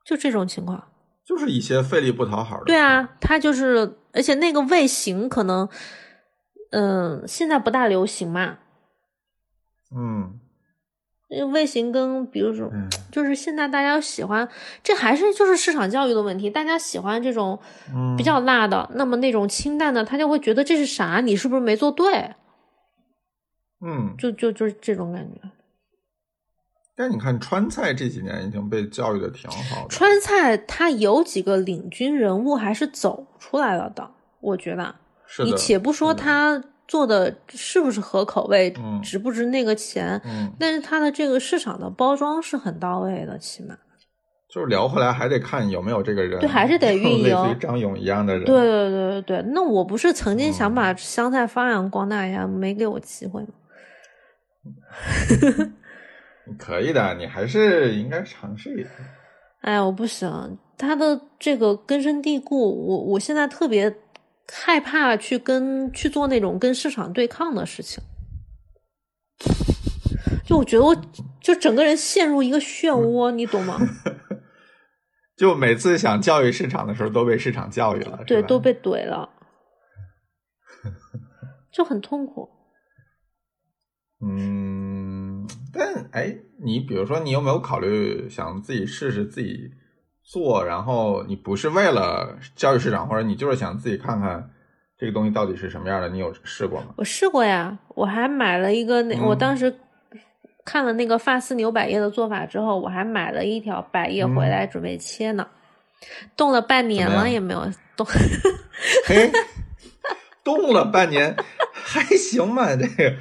Speaker 2: 就这种情况。
Speaker 1: 就是一些费力不讨好的。
Speaker 2: 对，啊，他就是，而且那个味型可能，嗯、现在不大流行嘛。
Speaker 1: 嗯
Speaker 2: 那个味型跟比如说，
Speaker 1: 嗯
Speaker 2: 就是现在大家喜欢，这还是就是市场教育的问题，大家喜欢这种
Speaker 1: 嗯，
Speaker 2: 比较辣的，那么那种清淡的，他就会觉得这是啥？你是不是没做对？
Speaker 1: 嗯
Speaker 2: 就就就是这种感觉。
Speaker 1: 但你看川菜这几年已经被教育的挺好的，
Speaker 2: 川菜它有几个领军人物还是走出来了的，我觉得。
Speaker 1: 是
Speaker 2: 你
Speaker 1: 的，
Speaker 2: 且不说他做的是不是合口味，
Speaker 1: 嗯
Speaker 2: 值不值那个钱，
Speaker 1: 嗯，
Speaker 2: 但是他的这个市场的包装是很到位的，起码。
Speaker 1: 就是聊回来还得看有没有这个人，
Speaker 2: 对还是得运营
Speaker 1: 类似于张勇一样的人，
Speaker 2: 对对对对对，那我不是曾经
Speaker 1: 嗯
Speaker 2: 想把湘菜发扬光大呀，没给我机会吗？
Speaker 1: 可以的，你还是应该尝试一下。
Speaker 2: 哎呀，我不行，他的这个根深蒂固，我我现在特别害怕去跟去做那种跟市场对抗的事情。就我觉得我就整个人陷入一个漩
Speaker 1: 嗯
Speaker 2: 涡，你懂吗？
Speaker 1: 就每次想教育市场的时候，都被市场教育了，是
Speaker 2: 对，
Speaker 1: 吧
Speaker 2: 都被怼了，就很痛苦。
Speaker 1: 嗯，但哎，你比如说，你有没有考虑想自己试试自己做？然后你不是为了教育市场，或者你就是想自己看看这个东西到底是什么样的？你有试过 吗？
Speaker 2: 我试过呀，我还买了一个那，
Speaker 1: 嗯
Speaker 2: 我当时看了那个发丝牛百叶的做法之后，我还买了一条百叶回来准备切呢，冻了半年
Speaker 1: 嗯怎么
Speaker 2: 了
Speaker 1: 样
Speaker 2: 也没有冻，
Speaker 1: 嘿，哎动了半年，还行吧？这个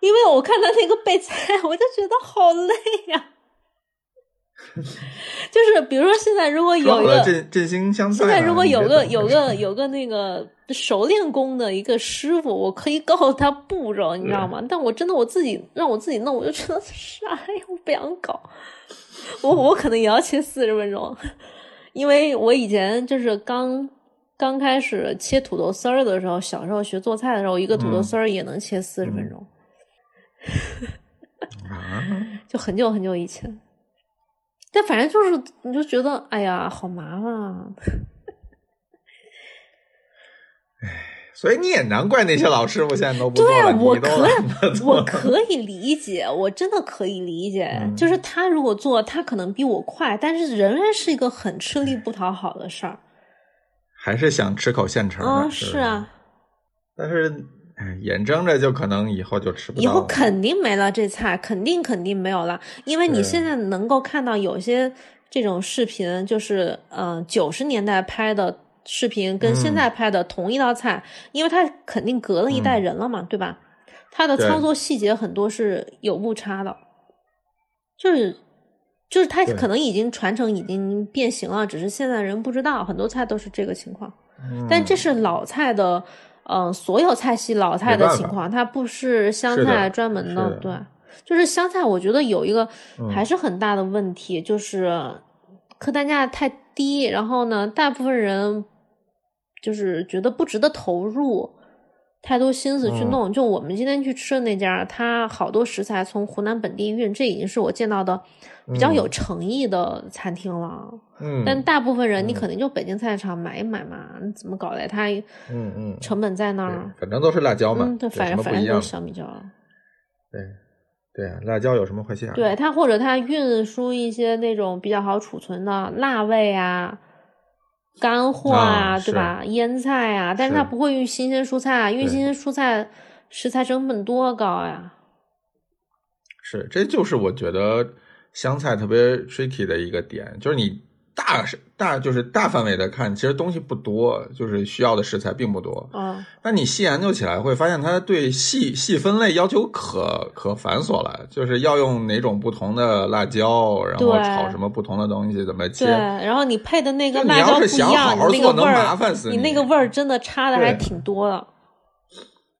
Speaker 2: 因为我看到那个备菜， 我就觉得好累 呀。就是比如说现在 如果有
Speaker 1: 说
Speaker 2: 一
Speaker 1: 好了
Speaker 2: 个
Speaker 1: 呃振振兴香菜
Speaker 2: 现
Speaker 1: 呢。
Speaker 2: 在如果
Speaker 1: 你
Speaker 2: 有
Speaker 1: 这
Speaker 2: 个
Speaker 1: 怎么
Speaker 2: 有
Speaker 1: 回
Speaker 2: 个
Speaker 1: 事
Speaker 2: 有个那个熟练工的一个师傅，我可以告诉他步骤，你知道吗？但我真的我自己让我自己弄，我就觉得 啥呀，我不想搞。我我可能也要切四十分钟，因为我以前就是刚刚开始切土豆丝儿的时候，小时候学做菜的时候，一个土豆
Speaker 1: 嗯
Speaker 2: 丝儿也能切四十分钟，
Speaker 1: 啊，
Speaker 2: 就很久很久以前。但反正就是，你就觉得哎呀，好麻烦啊！
Speaker 1: 所以你也难怪那些老师傅现在都不做
Speaker 2: 对啊
Speaker 1: 了，
Speaker 2: 我
Speaker 1: 你都
Speaker 2: 可
Speaker 1: 懒得做
Speaker 2: 我
Speaker 1: 了
Speaker 2: 可以理解，我真的可以理解。
Speaker 1: 嗯
Speaker 2: 就是他如果做，他可能比我快，但是仍然是一个很吃力不讨好的事儿。
Speaker 1: 还是想吃口现成的。
Speaker 2: 嗯，
Speaker 1: 是
Speaker 2: 是
Speaker 1: 不
Speaker 2: 啊，
Speaker 1: 但是，哎，眼睁着就可能以后就吃不到
Speaker 2: 以后
Speaker 1: 了
Speaker 2: 肯定没了这菜，肯定肯定没有了，因为你
Speaker 1: 对
Speaker 2: 现在能够看到有些这种视频，就是嗯九十年代拍的视频跟现
Speaker 1: 嗯
Speaker 2: 在拍的同一道菜，因为它肯定隔了一代
Speaker 1: 嗯
Speaker 2: 人了嘛，对吧？它的
Speaker 1: 对
Speaker 2: 操作细节很多是有误差的，就是就是它
Speaker 1: 对
Speaker 2: 可能已经传承已经变形了，只是现在人不知道，很多菜都是这个情况。
Speaker 1: 嗯
Speaker 2: 但这是老菜的，呃，所有菜系老菜的
Speaker 1: 没办法
Speaker 2: 情况，它不是湘
Speaker 1: 是的
Speaker 2: 菜专门
Speaker 1: 是
Speaker 2: 的，
Speaker 1: 的
Speaker 2: 对，就是湘菜，我觉得有一个
Speaker 1: 嗯
Speaker 2: 还是很大的问题，就是客单价太低，然后呢，大部分人就是觉得不值得投入。太多心思去
Speaker 1: 嗯
Speaker 2: 弄，就我们今天去吃的那家，它好多食材从湖南本地运，这已经是我见到的比较
Speaker 1: 嗯
Speaker 2: 有诚意的餐厅了。
Speaker 1: 嗯，
Speaker 2: 但大部分人你
Speaker 1: 嗯
Speaker 2: 可能就北京菜市场买一买嘛，你怎么搞的？它
Speaker 1: 嗯嗯，
Speaker 2: 成本在那
Speaker 1: 对
Speaker 2: 儿，
Speaker 1: 反正都是辣椒嘛，
Speaker 2: 嗯，对，
Speaker 1: 有
Speaker 2: 反
Speaker 1: 什
Speaker 2: 正
Speaker 1: 么
Speaker 2: 反
Speaker 1: 不一
Speaker 2: 正都
Speaker 1: 样
Speaker 2: 是？小米椒，
Speaker 1: 对对啊，辣椒有什么坏心眼？
Speaker 2: 对，它或者它运输一些那种比较好储存的辣味啊、干货啊，
Speaker 1: 啊
Speaker 2: 对吧？腌菜啊，但是
Speaker 1: 是
Speaker 2: 它不会运新鲜蔬菜啊，因为
Speaker 1: 对
Speaker 2: 新鲜蔬菜食材成本多高呀。
Speaker 1: 是，这就是我觉得香菜特别 tricky 的一个点，就是你大是大就是大范围的看，其实东西不多，就是需要的食材并不多。
Speaker 2: 嗯，
Speaker 1: 但你细研究起来，会发现它对细细分类要求可可繁琐了，就是要用哪种不同的辣椒，然后
Speaker 2: 对
Speaker 1: 炒什么不同的东西，怎么切
Speaker 2: 对，。然后你配的那个
Speaker 1: 就你
Speaker 2: 辣
Speaker 1: 要
Speaker 2: 椒不
Speaker 1: 是
Speaker 2: 一
Speaker 1: 想好
Speaker 2: 样，
Speaker 1: 好
Speaker 2: 你那个
Speaker 1: 做，
Speaker 2: 味
Speaker 1: 能麻
Speaker 2: 儿，
Speaker 1: 烦死
Speaker 2: 你那个味儿真的差的还
Speaker 1: 对
Speaker 2: 挺多的。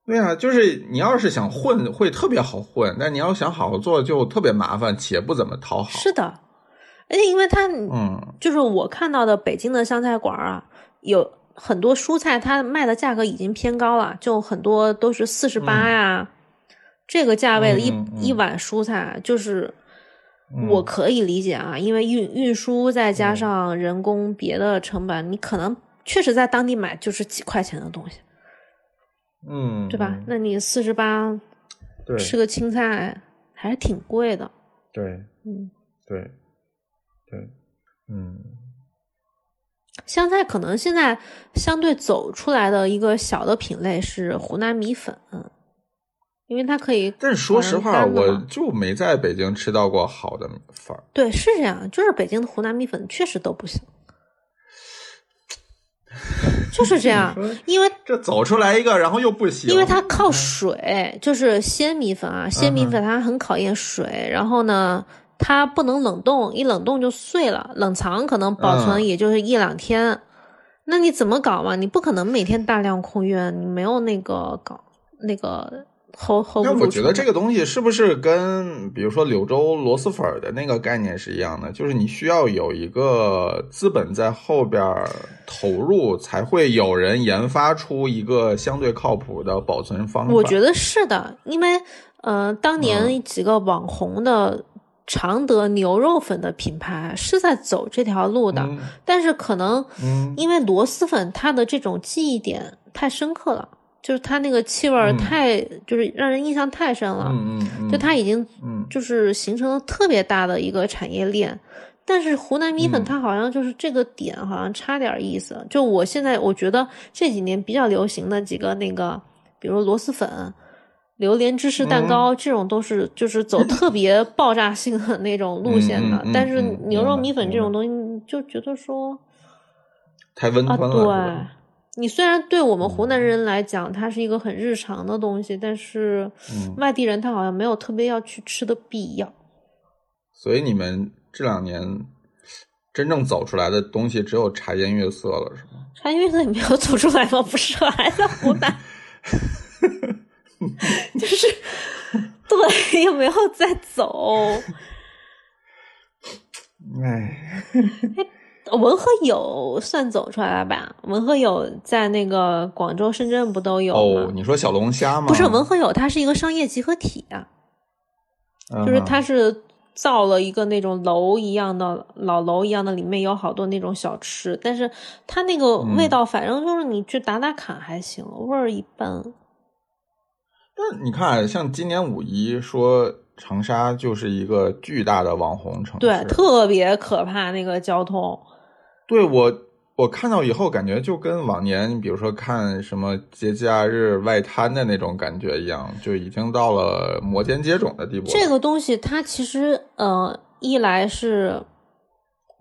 Speaker 1: 对啊，就是你要是想混，会特别好混，但你要想好好做，就特别麻烦，且不怎么讨好。
Speaker 2: 是的，而且因为它
Speaker 1: 嗯，
Speaker 2: 就是我看到的北京的湘菜馆儿啊，有很多蔬菜，它卖的价格已经偏高了，就很多都是四十八呀，这个价位的一、
Speaker 1: 嗯嗯嗯
Speaker 2: 一碗蔬菜，就是
Speaker 1: 嗯
Speaker 2: 我可以理解啊，因为运运输再加上人工别的成本，你可能确实在当地买就是几块钱的东西，
Speaker 1: 嗯，
Speaker 2: 对吧？那你四十八
Speaker 1: 对
Speaker 2: 吃个青菜还是挺贵的，
Speaker 1: 对
Speaker 2: 嗯。
Speaker 1: 对对，嗯
Speaker 2: 湘菜可能现在相对走出来的一个小的品类是湖南米粉，嗯因为它可以。
Speaker 1: 但是说实话，
Speaker 2: 嗯
Speaker 1: 我就没在北京吃到过好的米饭儿。
Speaker 2: 对是这样，就是北京的湖南米粉确实都不行， 就是这样
Speaker 1: 你说，
Speaker 2: 因为
Speaker 1: 这走出来一个，然后又不行，
Speaker 2: 啊因为它靠水，就是鲜米粉啊，鲜
Speaker 1: 嗯
Speaker 2: 米
Speaker 1: 嗯哼
Speaker 2: 粉它很考验水，然后呢，它不能冷冻，一冷冻就碎了，冷藏可能保存
Speaker 1: 嗯
Speaker 2: 也就是一两天，那你怎么搞嘛？你不可能每天大量空运，你没有那个搞那个 hold hold
Speaker 1: 那
Speaker 2: 不住
Speaker 1: 我觉得
Speaker 2: 成
Speaker 1: 这
Speaker 2: 本
Speaker 1: 个东西是不是跟比如说柳州螺蛳粉儿的那个概念是一样的？就是你需要有一个资本在后边儿投入，才会有人研发出一个相对靠谱的保存方法。嗯
Speaker 2: 我觉得是的，因为呃，当年几个网红的常德牛肉粉的品牌是在走这条路的，
Speaker 1: 嗯
Speaker 2: 但是可能
Speaker 1: 嗯
Speaker 2: 因为螺蛳粉它的这种记忆点太深刻了，就是它那个气味儿
Speaker 1: 嗯
Speaker 2: 太、就是让人印象太深了，
Speaker 1: 嗯嗯嗯，
Speaker 2: 就它已经
Speaker 1: 嗯
Speaker 2: 就是形成了特别大的一个产业链。但是湖南米粉
Speaker 1: 嗯
Speaker 2: 它好像就是这个点好像差点意思。就我现在我觉得这几年比较流行的几个那个，比如螺蛳粉、榴莲芝士
Speaker 1: 嗯
Speaker 2: 蛋糕、这种都是就是 走特别爆炸性的那种路线的。
Speaker 1: 嗯嗯嗯
Speaker 2: 但是
Speaker 1: 嗯
Speaker 2: 牛肉
Speaker 1: 明白
Speaker 2: 米粉这
Speaker 1: 明白
Speaker 2: 种东西，你就觉得说
Speaker 1: 太温
Speaker 2: 啊，
Speaker 1: 吞了。是吧
Speaker 2: 对，你虽然对我们湖南
Speaker 1: 嗯
Speaker 2: 人来讲，它是一个很日常的东西，但是
Speaker 1: 嗯
Speaker 2: 外地人他好像没有特别要去吃的必要。
Speaker 1: 所以你们这两年真正走出来的东西只有茶颜悦色了，是吗？
Speaker 2: 茶颜悦色也没有走出来吗？不是，啊还在湖 南，就是对，也没有在走。
Speaker 1: 哎，
Speaker 2: 呃文和友算走出来了吧？文和友在那个广州、深圳不都有
Speaker 1: 哦，
Speaker 2: 吗？
Speaker 1: 你说小龙虾吗？
Speaker 2: 不是文和友，它是一个商业集合体啊。
Speaker 1: 嗯，
Speaker 2: 就是它是造了一个那种楼一样的老楼一样的，里面有好多那种小吃，但是它那个
Speaker 1: 嗯
Speaker 2: 味道，反正就是你去打打卡还行，味儿一般。
Speaker 1: 但你看，像今年五一说长沙就是一个巨大的网红城市，
Speaker 2: 对，特别可怕那个交通。
Speaker 1: 对我我看到以后感觉就跟往年，比如说看什么节假日外滩的那种感觉一样，就已经到了摩肩接踵的地步了。
Speaker 2: 这个东西它其实，呃，一来是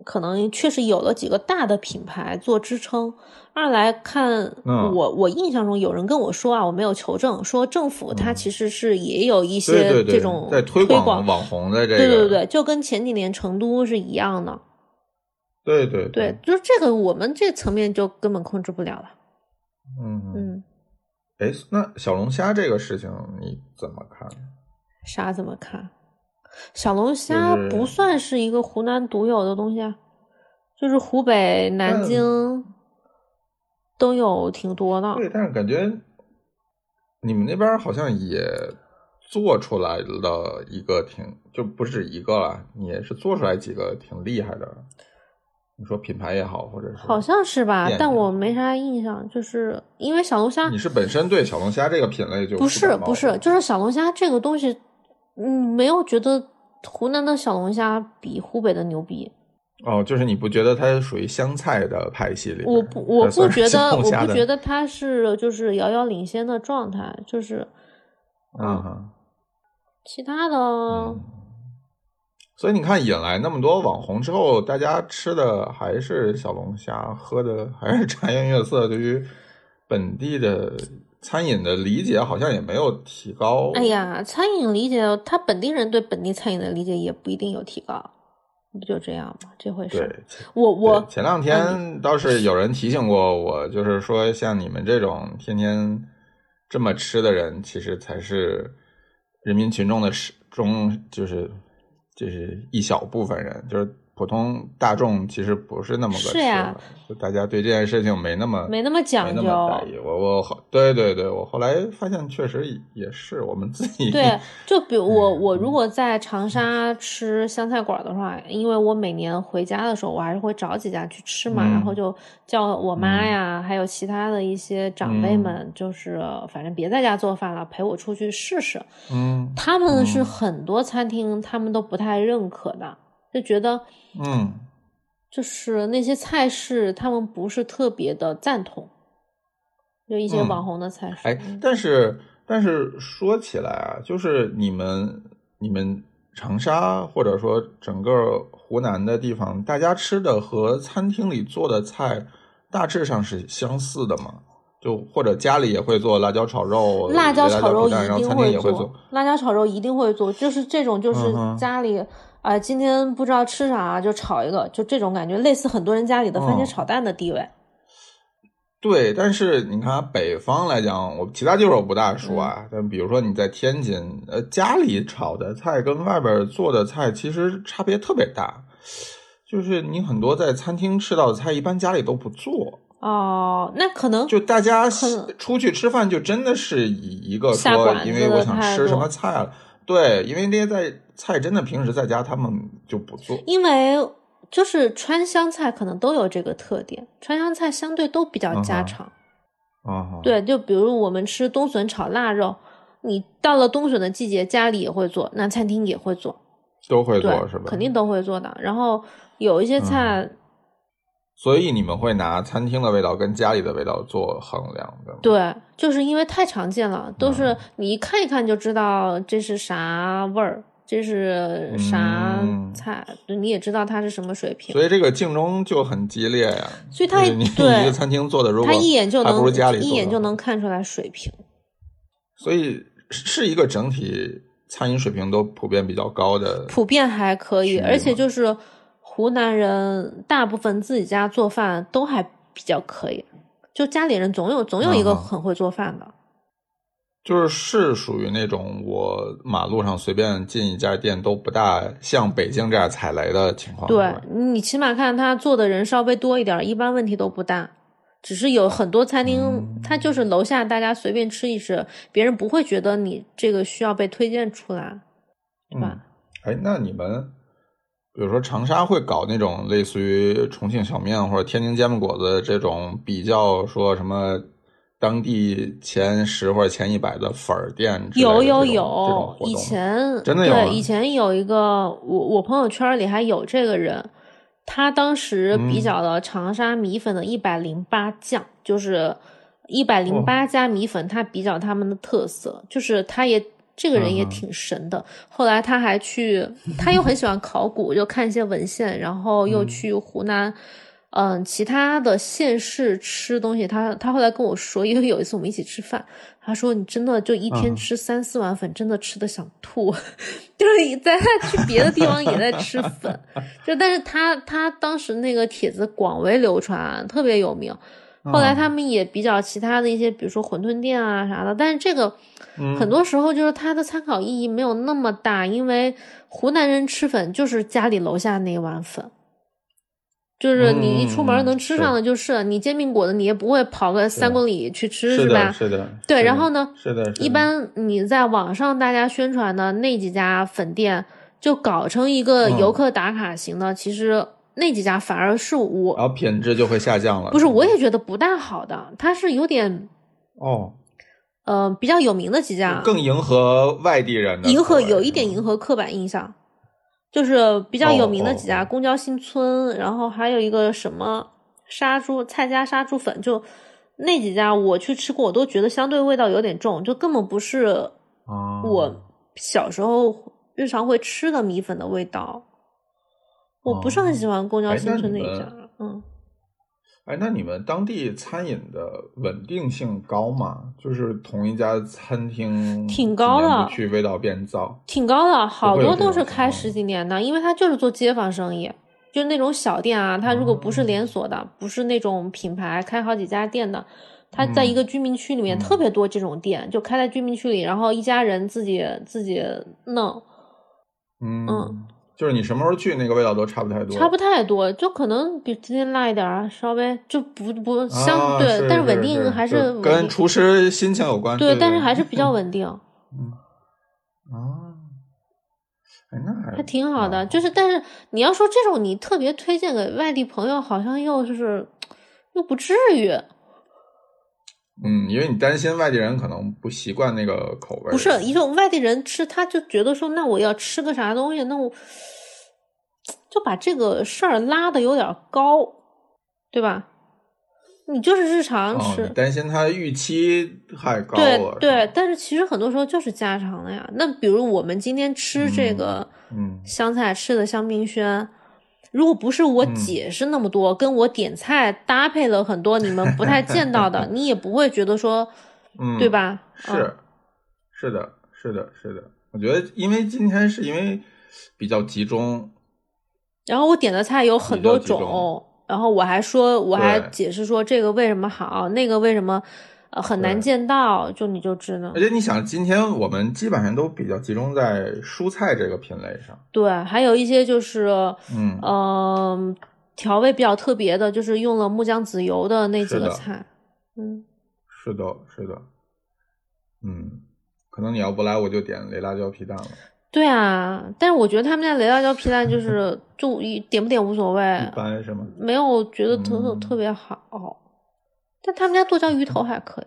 Speaker 2: 可能确实有了几个大的品牌做支撑，二来看
Speaker 1: 嗯
Speaker 2: 我我印象中有人跟我说啊，我没有求证，说政府它其实是也有一
Speaker 1: 嗯对
Speaker 2: 些
Speaker 1: 对对，
Speaker 2: 这种
Speaker 1: 在推
Speaker 2: 广
Speaker 1: 网红的这个，
Speaker 2: 对对对，就跟前几年成都是一样的。
Speaker 1: 对对
Speaker 2: 对，，就是这个我们这层面就根本控制不了了。
Speaker 1: 嗯嗯，
Speaker 2: 嗯，
Speaker 1: 哎，那小龙虾这个事情你怎么看？
Speaker 2: 啥怎么看？小龙虾
Speaker 1: 就是
Speaker 2: 不算是一个湖南独有的东西啊，就是湖北、南
Speaker 1: 但
Speaker 2: 京都有挺多的。
Speaker 1: 对，但是感觉你们那边儿好像也做出来了一个挺，就不止一个了，你也是做出来几个挺厉害的。你说品牌也好，或者是
Speaker 2: 好像是吧
Speaker 1: 店，
Speaker 2: 但
Speaker 1: 里
Speaker 2: 我没啥印象，就是因为小龙虾
Speaker 1: 你是本身对小龙虾这个品类就
Speaker 2: 不
Speaker 1: 感
Speaker 2: 是
Speaker 1: 冒
Speaker 2: 不是，就是小龙虾这个东西，嗯，没有觉得湖南的小龙虾比湖北的牛逼。
Speaker 1: 哦，就是你不觉得它属于湘菜的派系里边儿？
Speaker 2: 我不，我
Speaker 1: 它
Speaker 2: 不
Speaker 1: 算是
Speaker 2: 觉
Speaker 1: 小
Speaker 2: 得，我
Speaker 1: 龙虾
Speaker 2: 不
Speaker 1: 的
Speaker 2: 觉，得他是就是遥遥领先的状态，就是
Speaker 1: 嗯哼。
Speaker 2: 其他的，
Speaker 1: 嗯所以你看，引来那么多网红之后，大家吃的还是小龙虾，喝的还是茶颜悦色。对于本地的餐饮的理解，好像也没有提高。
Speaker 2: 哎，呀，餐饮理解，他本地人对本地餐饮的理解也不一定有提高，不就这样吗？这回
Speaker 1: 对
Speaker 2: 事，，我
Speaker 1: 对
Speaker 2: 我嗯
Speaker 1: 前两天倒是有人提醒过我，就是说像你们这种天天这么吃的人，其实才是人民群众的是中，就是就是一小部分人，就是普通大众，其实不是那么个
Speaker 2: 是呀
Speaker 1: 吃法就大家对这件事情没那么
Speaker 2: 没那么
Speaker 1: 没
Speaker 2: 讲
Speaker 1: 那
Speaker 2: 究，
Speaker 1: 么在意。我我后对对对，我后来发现确实也是我们自己
Speaker 2: 对，就比如我
Speaker 1: 嗯
Speaker 2: 我如果在长沙吃湘菜馆的话，因为我每年回家的时候，我还是会找几家去吃嘛，然
Speaker 1: 嗯
Speaker 2: 后就叫我妈呀，还有其他的一些长
Speaker 1: 嗯
Speaker 2: 辈们，就是反正别在家做饭了，陪我出去试试。
Speaker 1: 嗯
Speaker 2: 他们是
Speaker 1: 嗯
Speaker 2: 很多餐厅他们都不太认可的，就觉得
Speaker 1: 嗯
Speaker 2: 就是那些菜式他们不是特别的赞同，就一些
Speaker 1: 嗯
Speaker 2: 网红的菜式。
Speaker 1: 哎
Speaker 2: 嗯，
Speaker 1: 但是但是说起来啊，就是你们你们长沙或者说整个湖南的地方，大家吃的和餐厅里做的菜大致上是相似的嘛？就或者家里也会做辣椒炒肉，
Speaker 2: 辣椒炒肉
Speaker 1: 鸡蛋然
Speaker 2: 一
Speaker 1: 后
Speaker 2: 定
Speaker 1: 餐厅也
Speaker 2: 会
Speaker 1: 做。，
Speaker 2: 辣椒炒肉一定会做，就是这种，就是
Speaker 1: 嗯哼
Speaker 2: 家里啊、今天不知道吃啥就炒一个，就这种感觉，类似很多人家里的番
Speaker 1: 嗯
Speaker 2: 茄炒蛋的地位。
Speaker 1: 对，但是你看啊北方来讲，我其他地方我不大说
Speaker 2: 嗯
Speaker 1: 啊，但比如说你在天津，呃，家里炒的菜跟外边做的菜其实差别特别大，就是你很多在餐厅吃到的菜，一般家里都不做，
Speaker 2: 哦，那可能
Speaker 1: 就大家
Speaker 2: 很
Speaker 1: 出去吃饭就真的是以一个
Speaker 2: 下
Speaker 1: 说
Speaker 2: 馆，子
Speaker 1: 因为我
Speaker 2: 的
Speaker 1: 想
Speaker 2: 态
Speaker 1: 吃什
Speaker 2: 度
Speaker 1: 么菜了，对，因为那些在菜真的平时在家他们就不做，
Speaker 2: 因为就是川湘菜可能都有这个特点，川湘菜相对都比较家
Speaker 1: 嗯哼
Speaker 2: 常。
Speaker 1: 啊，，
Speaker 2: 对，就比如我们吃冬笋炒腊肉，你到了冬笋的季节，家里也会做，那餐厅也会做，
Speaker 1: 都会
Speaker 2: 对
Speaker 1: 做是吧？，嗯
Speaker 2: 肯定都会做的。然后有一些菜，
Speaker 1: 所以你们会拿餐厅的味道跟家里的味道做衡量的吗。
Speaker 2: 对，就是因为太常见了，都
Speaker 1: 嗯
Speaker 2: 是你一看一看就知道这是啥味儿，这是啥
Speaker 1: 嗯
Speaker 2: 菜，对你也知道它是什么水平。
Speaker 1: 所以这个竞争就很激烈呀、
Speaker 2: 所以
Speaker 1: 就
Speaker 2: 他
Speaker 1: 是你
Speaker 2: 对
Speaker 1: 你一个餐厅做的，如果
Speaker 2: 他一眼就
Speaker 1: 还不如
Speaker 2: 能
Speaker 1: 家里做
Speaker 2: 一
Speaker 1: 的
Speaker 2: 眼就能，看出来水平。
Speaker 1: 所以是一个整体餐饮水平都普遍比较高的。
Speaker 2: 普遍还可
Speaker 1: 区
Speaker 2: 以，
Speaker 1: 域
Speaker 2: 而且
Speaker 1: 嘛
Speaker 2: 就是湖南人大部分自己家做饭都还比较可以，就家里人总有总有一个
Speaker 1: 嗯嗯
Speaker 2: 很会做饭的。
Speaker 1: 就是是属于那种我马路上随便进一家店都不大像北京这样踩雷的情况。是
Speaker 2: 对
Speaker 1: 吧
Speaker 2: 你起码看他做的人稍微多一点儿，一般问题都不大。只是有很多餐
Speaker 1: 嗯
Speaker 2: 厅，它就是楼下大家随便吃一吃，别人不会觉得你这个需要被推荐出来，对吧？
Speaker 1: 哎，那你们比如说长沙会搞那种类似于重庆小面或者天津煎饼果子这种比较说什么当地前十或者前一百的粉儿店之类的
Speaker 2: 有
Speaker 1: 这种
Speaker 2: 有
Speaker 1: 这种
Speaker 2: 有，
Speaker 1: 活
Speaker 2: 以
Speaker 1: 动吗
Speaker 2: 前
Speaker 1: 真的有啊
Speaker 2: 对，以前有一个我我朋友圈里还有这个人，他当时
Speaker 1: 嗯
Speaker 2: 比较了长沙米粉的一百零八酱，就是一百
Speaker 1: 哦
Speaker 2: 零八家米粉，他比较他们的特色，就是他也。这个人也
Speaker 1: 嗯哼
Speaker 2: 挺神的，后来他还去，他又很喜欢考古，就看一些文献，然后又去湖南，嗯、其他的县市吃东西。他他后来跟我说，因为有一次我们一起吃饭，他说：“你真的就一天
Speaker 1: 嗯
Speaker 2: 吃三四碗粉，真的吃的想吐。” 就是在他去别的地方也在吃粉，就但是他他当时那个帖子广为流传，啊特别有名。后
Speaker 1: 嗯
Speaker 2: 来他们也比较其他的一些，比如说馄饨店啊啥的，但是这个
Speaker 1: 嗯
Speaker 2: 很多时候就是它的参考意义没有那么大，因为湖南人吃粉就是家里楼下那碗粉。就是你一出
Speaker 1: 嗯
Speaker 2: 门能
Speaker 1: 是
Speaker 2: 吃上的就是，你煎饼果子你也不会跑个三公里去吃，
Speaker 1: 是
Speaker 2: 吧？
Speaker 1: 的，是的，
Speaker 2: 对
Speaker 1: 是的嗯
Speaker 2: 然后呢
Speaker 1: 是的，是的
Speaker 2: 一般你在网上大家宣传的那几家粉店，就搞成一个
Speaker 1: 嗯
Speaker 2: 游客打卡型的，其实那几家反而是
Speaker 1: 然
Speaker 2: 我
Speaker 1: 后品质就会下降了。
Speaker 2: 不是我也觉得不大好的，它是有点
Speaker 1: 哦，
Speaker 2: 呃比较有名的几家，
Speaker 1: 更迎合外地人的
Speaker 2: 迎合
Speaker 1: 口味
Speaker 2: 有一点
Speaker 1: 是吗
Speaker 2: 迎合刻板印象，就是比较有名的
Speaker 1: 哦
Speaker 2: 几家，
Speaker 1: 哦
Speaker 2: 公交新村，然后还有一个什么杀猪蔡家杀猪粉，就那几家我去吃过，我都觉得相对味道有点重，就根本不是
Speaker 1: 啊
Speaker 2: 我小时候日常会吃的米粉的味道。我不是很喜欢公交
Speaker 1: 哎
Speaker 2: 新
Speaker 1: 那
Speaker 2: 村那
Speaker 1: 你
Speaker 2: 一
Speaker 1: 们
Speaker 2: 家，嗯，
Speaker 1: 哎，那你们当地餐饮的稳定性高吗？就是同一家餐厅
Speaker 2: 挺高
Speaker 1: 几年
Speaker 2: 的
Speaker 1: 不去味道变糟。
Speaker 2: 挺高的，好
Speaker 1: 会有
Speaker 2: 多
Speaker 1: 这种
Speaker 2: 都是
Speaker 1: 情
Speaker 2: 开
Speaker 1: 况
Speaker 2: 十几年的，因为它就是做街坊生意，就是那种小店啊，它如果不是
Speaker 1: 嗯
Speaker 2: 连锁的，不是那种品牌开好几家店的，它在一
Speaker 1: 嗯
Speaker 2: 个居民区里面
Speaker 1: 嗯
Speaker 2: 特别多这种店，就开在居民区里，然后一家人自己自己弄，
Speaker 1: 嗯
Speaker 2: 嗯
Speaker 1: 就是你什么时候去，那个味道都差不太多。
Speaker 2: 差不太多，就可能比今天辣一点儿啊，稍微就不不相、
Speaker 1: 啊、
Speaker 2: 对，
Speaker 1: 是
Speaker 2: 但
Speaker 1: 是
Speaker 2: 稳定
Speaker 1: 是
Speaker 2: 还
Speaker 1: 就是
Speaker 2: 稳
Speaker 1: 跟
Speaker 2: 定，
Speaker 1: 厨师心情有关。对，
Speaker 2: 但是还是比较稳定，
Speaker 1: 啊。哎，那还
Speaker 2: 还挺好的。
Speaker 1: 啊
Speaker 2: 就是但是你要说这种你特别推荐给外地朋友，好像又是又不至于。
Speaker 1: 嗯，因为你担心外地人可能不习惯那个口味。
Speaker 2: 不是一种外地人吃，他就觉得说，那我要吃个啥东西，那我就把这个事儿拉的有点高，对吧？你就是日常
Speaker 1: 哦，
Speaker 2: 吃，
Speaker 1: 你担心它预期太高
Speaker 2: 对
Speaker 1: 了，是
Speaker 2: 对
Speaker 1: 吧，
Speaker 2: 但是其实很多时候就是家常的呀。那比如我们今天吃这个
Speaker 1: 嗯
Speaker 2: 香菜吃的香槟轩，如果不是我
Speaker 1: 嗯
Speaker 2: 解释那么多，跟我点菜搭配了很多你们不太见 到的，你也不会觉得说，
Speaker 1: 嗯，
Speaker 2: 对？吧？嗯
Speaker 1: 是，是的，是的，是的。我觉得，因为今天是因为比较集中，
Speaker 2: 然后我点的菜有很
Speaker 1: 比
Speaker 2: 多
Speaker 1: 较集
Speaker 2: 种
Speaker 1: 中，
Speaker 2: 然后我还说我还
Speaker 1: 对
Speaker 2: 解释说这个为什么好，那个为什么呃很难
Speaker 1: 对
Speaker 2: 见到，就你就知道
Speaker 1: 而。且你想，今天我们基本上都比较集中在蔬菜这个品类上，
Speaker 2: 对，还有一些就是
Speaker 1: 嗯，
Speaker 2: 嗯，调味比较特别的，就是用了木姜子油的那几
Speaker 1: 是
Speaker 2: 个
Speaker 1: 的
Speaker 2: 菜。嗯，
Speaker 1: 是的，是的，嗯，可能你要不来，我就点雷辣椒皮蛋了。
Speaker 2: 对啊，但是我觉得他们家雷辣椒皮蛋就是 就一点不点无所谓
Speaker 1: 一，般是吗？
Speaker 2: 没有觉得特特
Speaker 1: 嗯
Speaker 2: 特别好。但他们家剁椒鱼头还可以，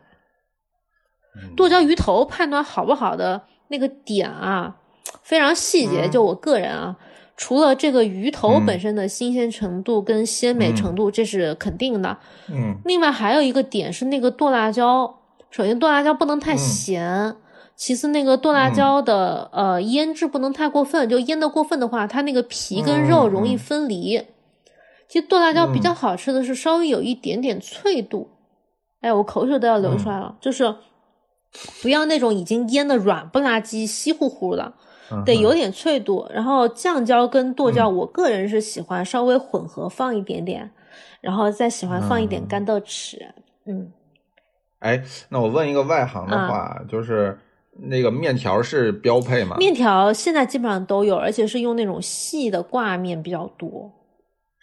Speaker 1: 嗯
Speaker 2: 剁椒鱼头判断好不好的那个点啊，非常细节。
Speaker 1: 嗯
Speaker 2: 就我个人啊，除了这个鱼头
Speaker 1: 嗯
Speaker 2: 本身的新鲜程度跟鲜美
Speaker 1: 嗯
Speaker 2: 程度，这是肯定的。
Speaker 1: 嗯
Speaker 2: 另外还有一个点是那个剁辣椒，首先剁辣椒不能太
Speaker 1: 嗯
Speaker 2: 咸，其次那个剁辣椒的、呃腌制不能太过分，就腌的过分的话，它那个皮跟肉
Speaker 1: 嗯嗯
Speaker 2: 容易
Speaker 1: 嗯
Speaker 2: 分离。其实剁辣椒比
Speaker 1: 嗯
Speaker 2: 较好吃的是稍微有一点点脆度，哎，我口水都要流出来了，
Speaker 1: 嗯
Speaker 2: 就是不要那种已经腌的软不拉几、稀乎乎的，
Speaker 1: 嗯
Speaker 2: 得有
Speaker 1: 哼
Speaker 2: 点脆度。然后酱椒跟剁椒，我个人是喜欢稍微混合放一点点，然后再喜欢放一点
Speaker 1: 嗯
Speaker 2: 干豆豉。嗯，
Speaker 1: 哎，那我问一个外行的话，就是那个面条是标配吗？
Speaker 2: 面条现在基本上都有，而且是用那种细的挂面比较多。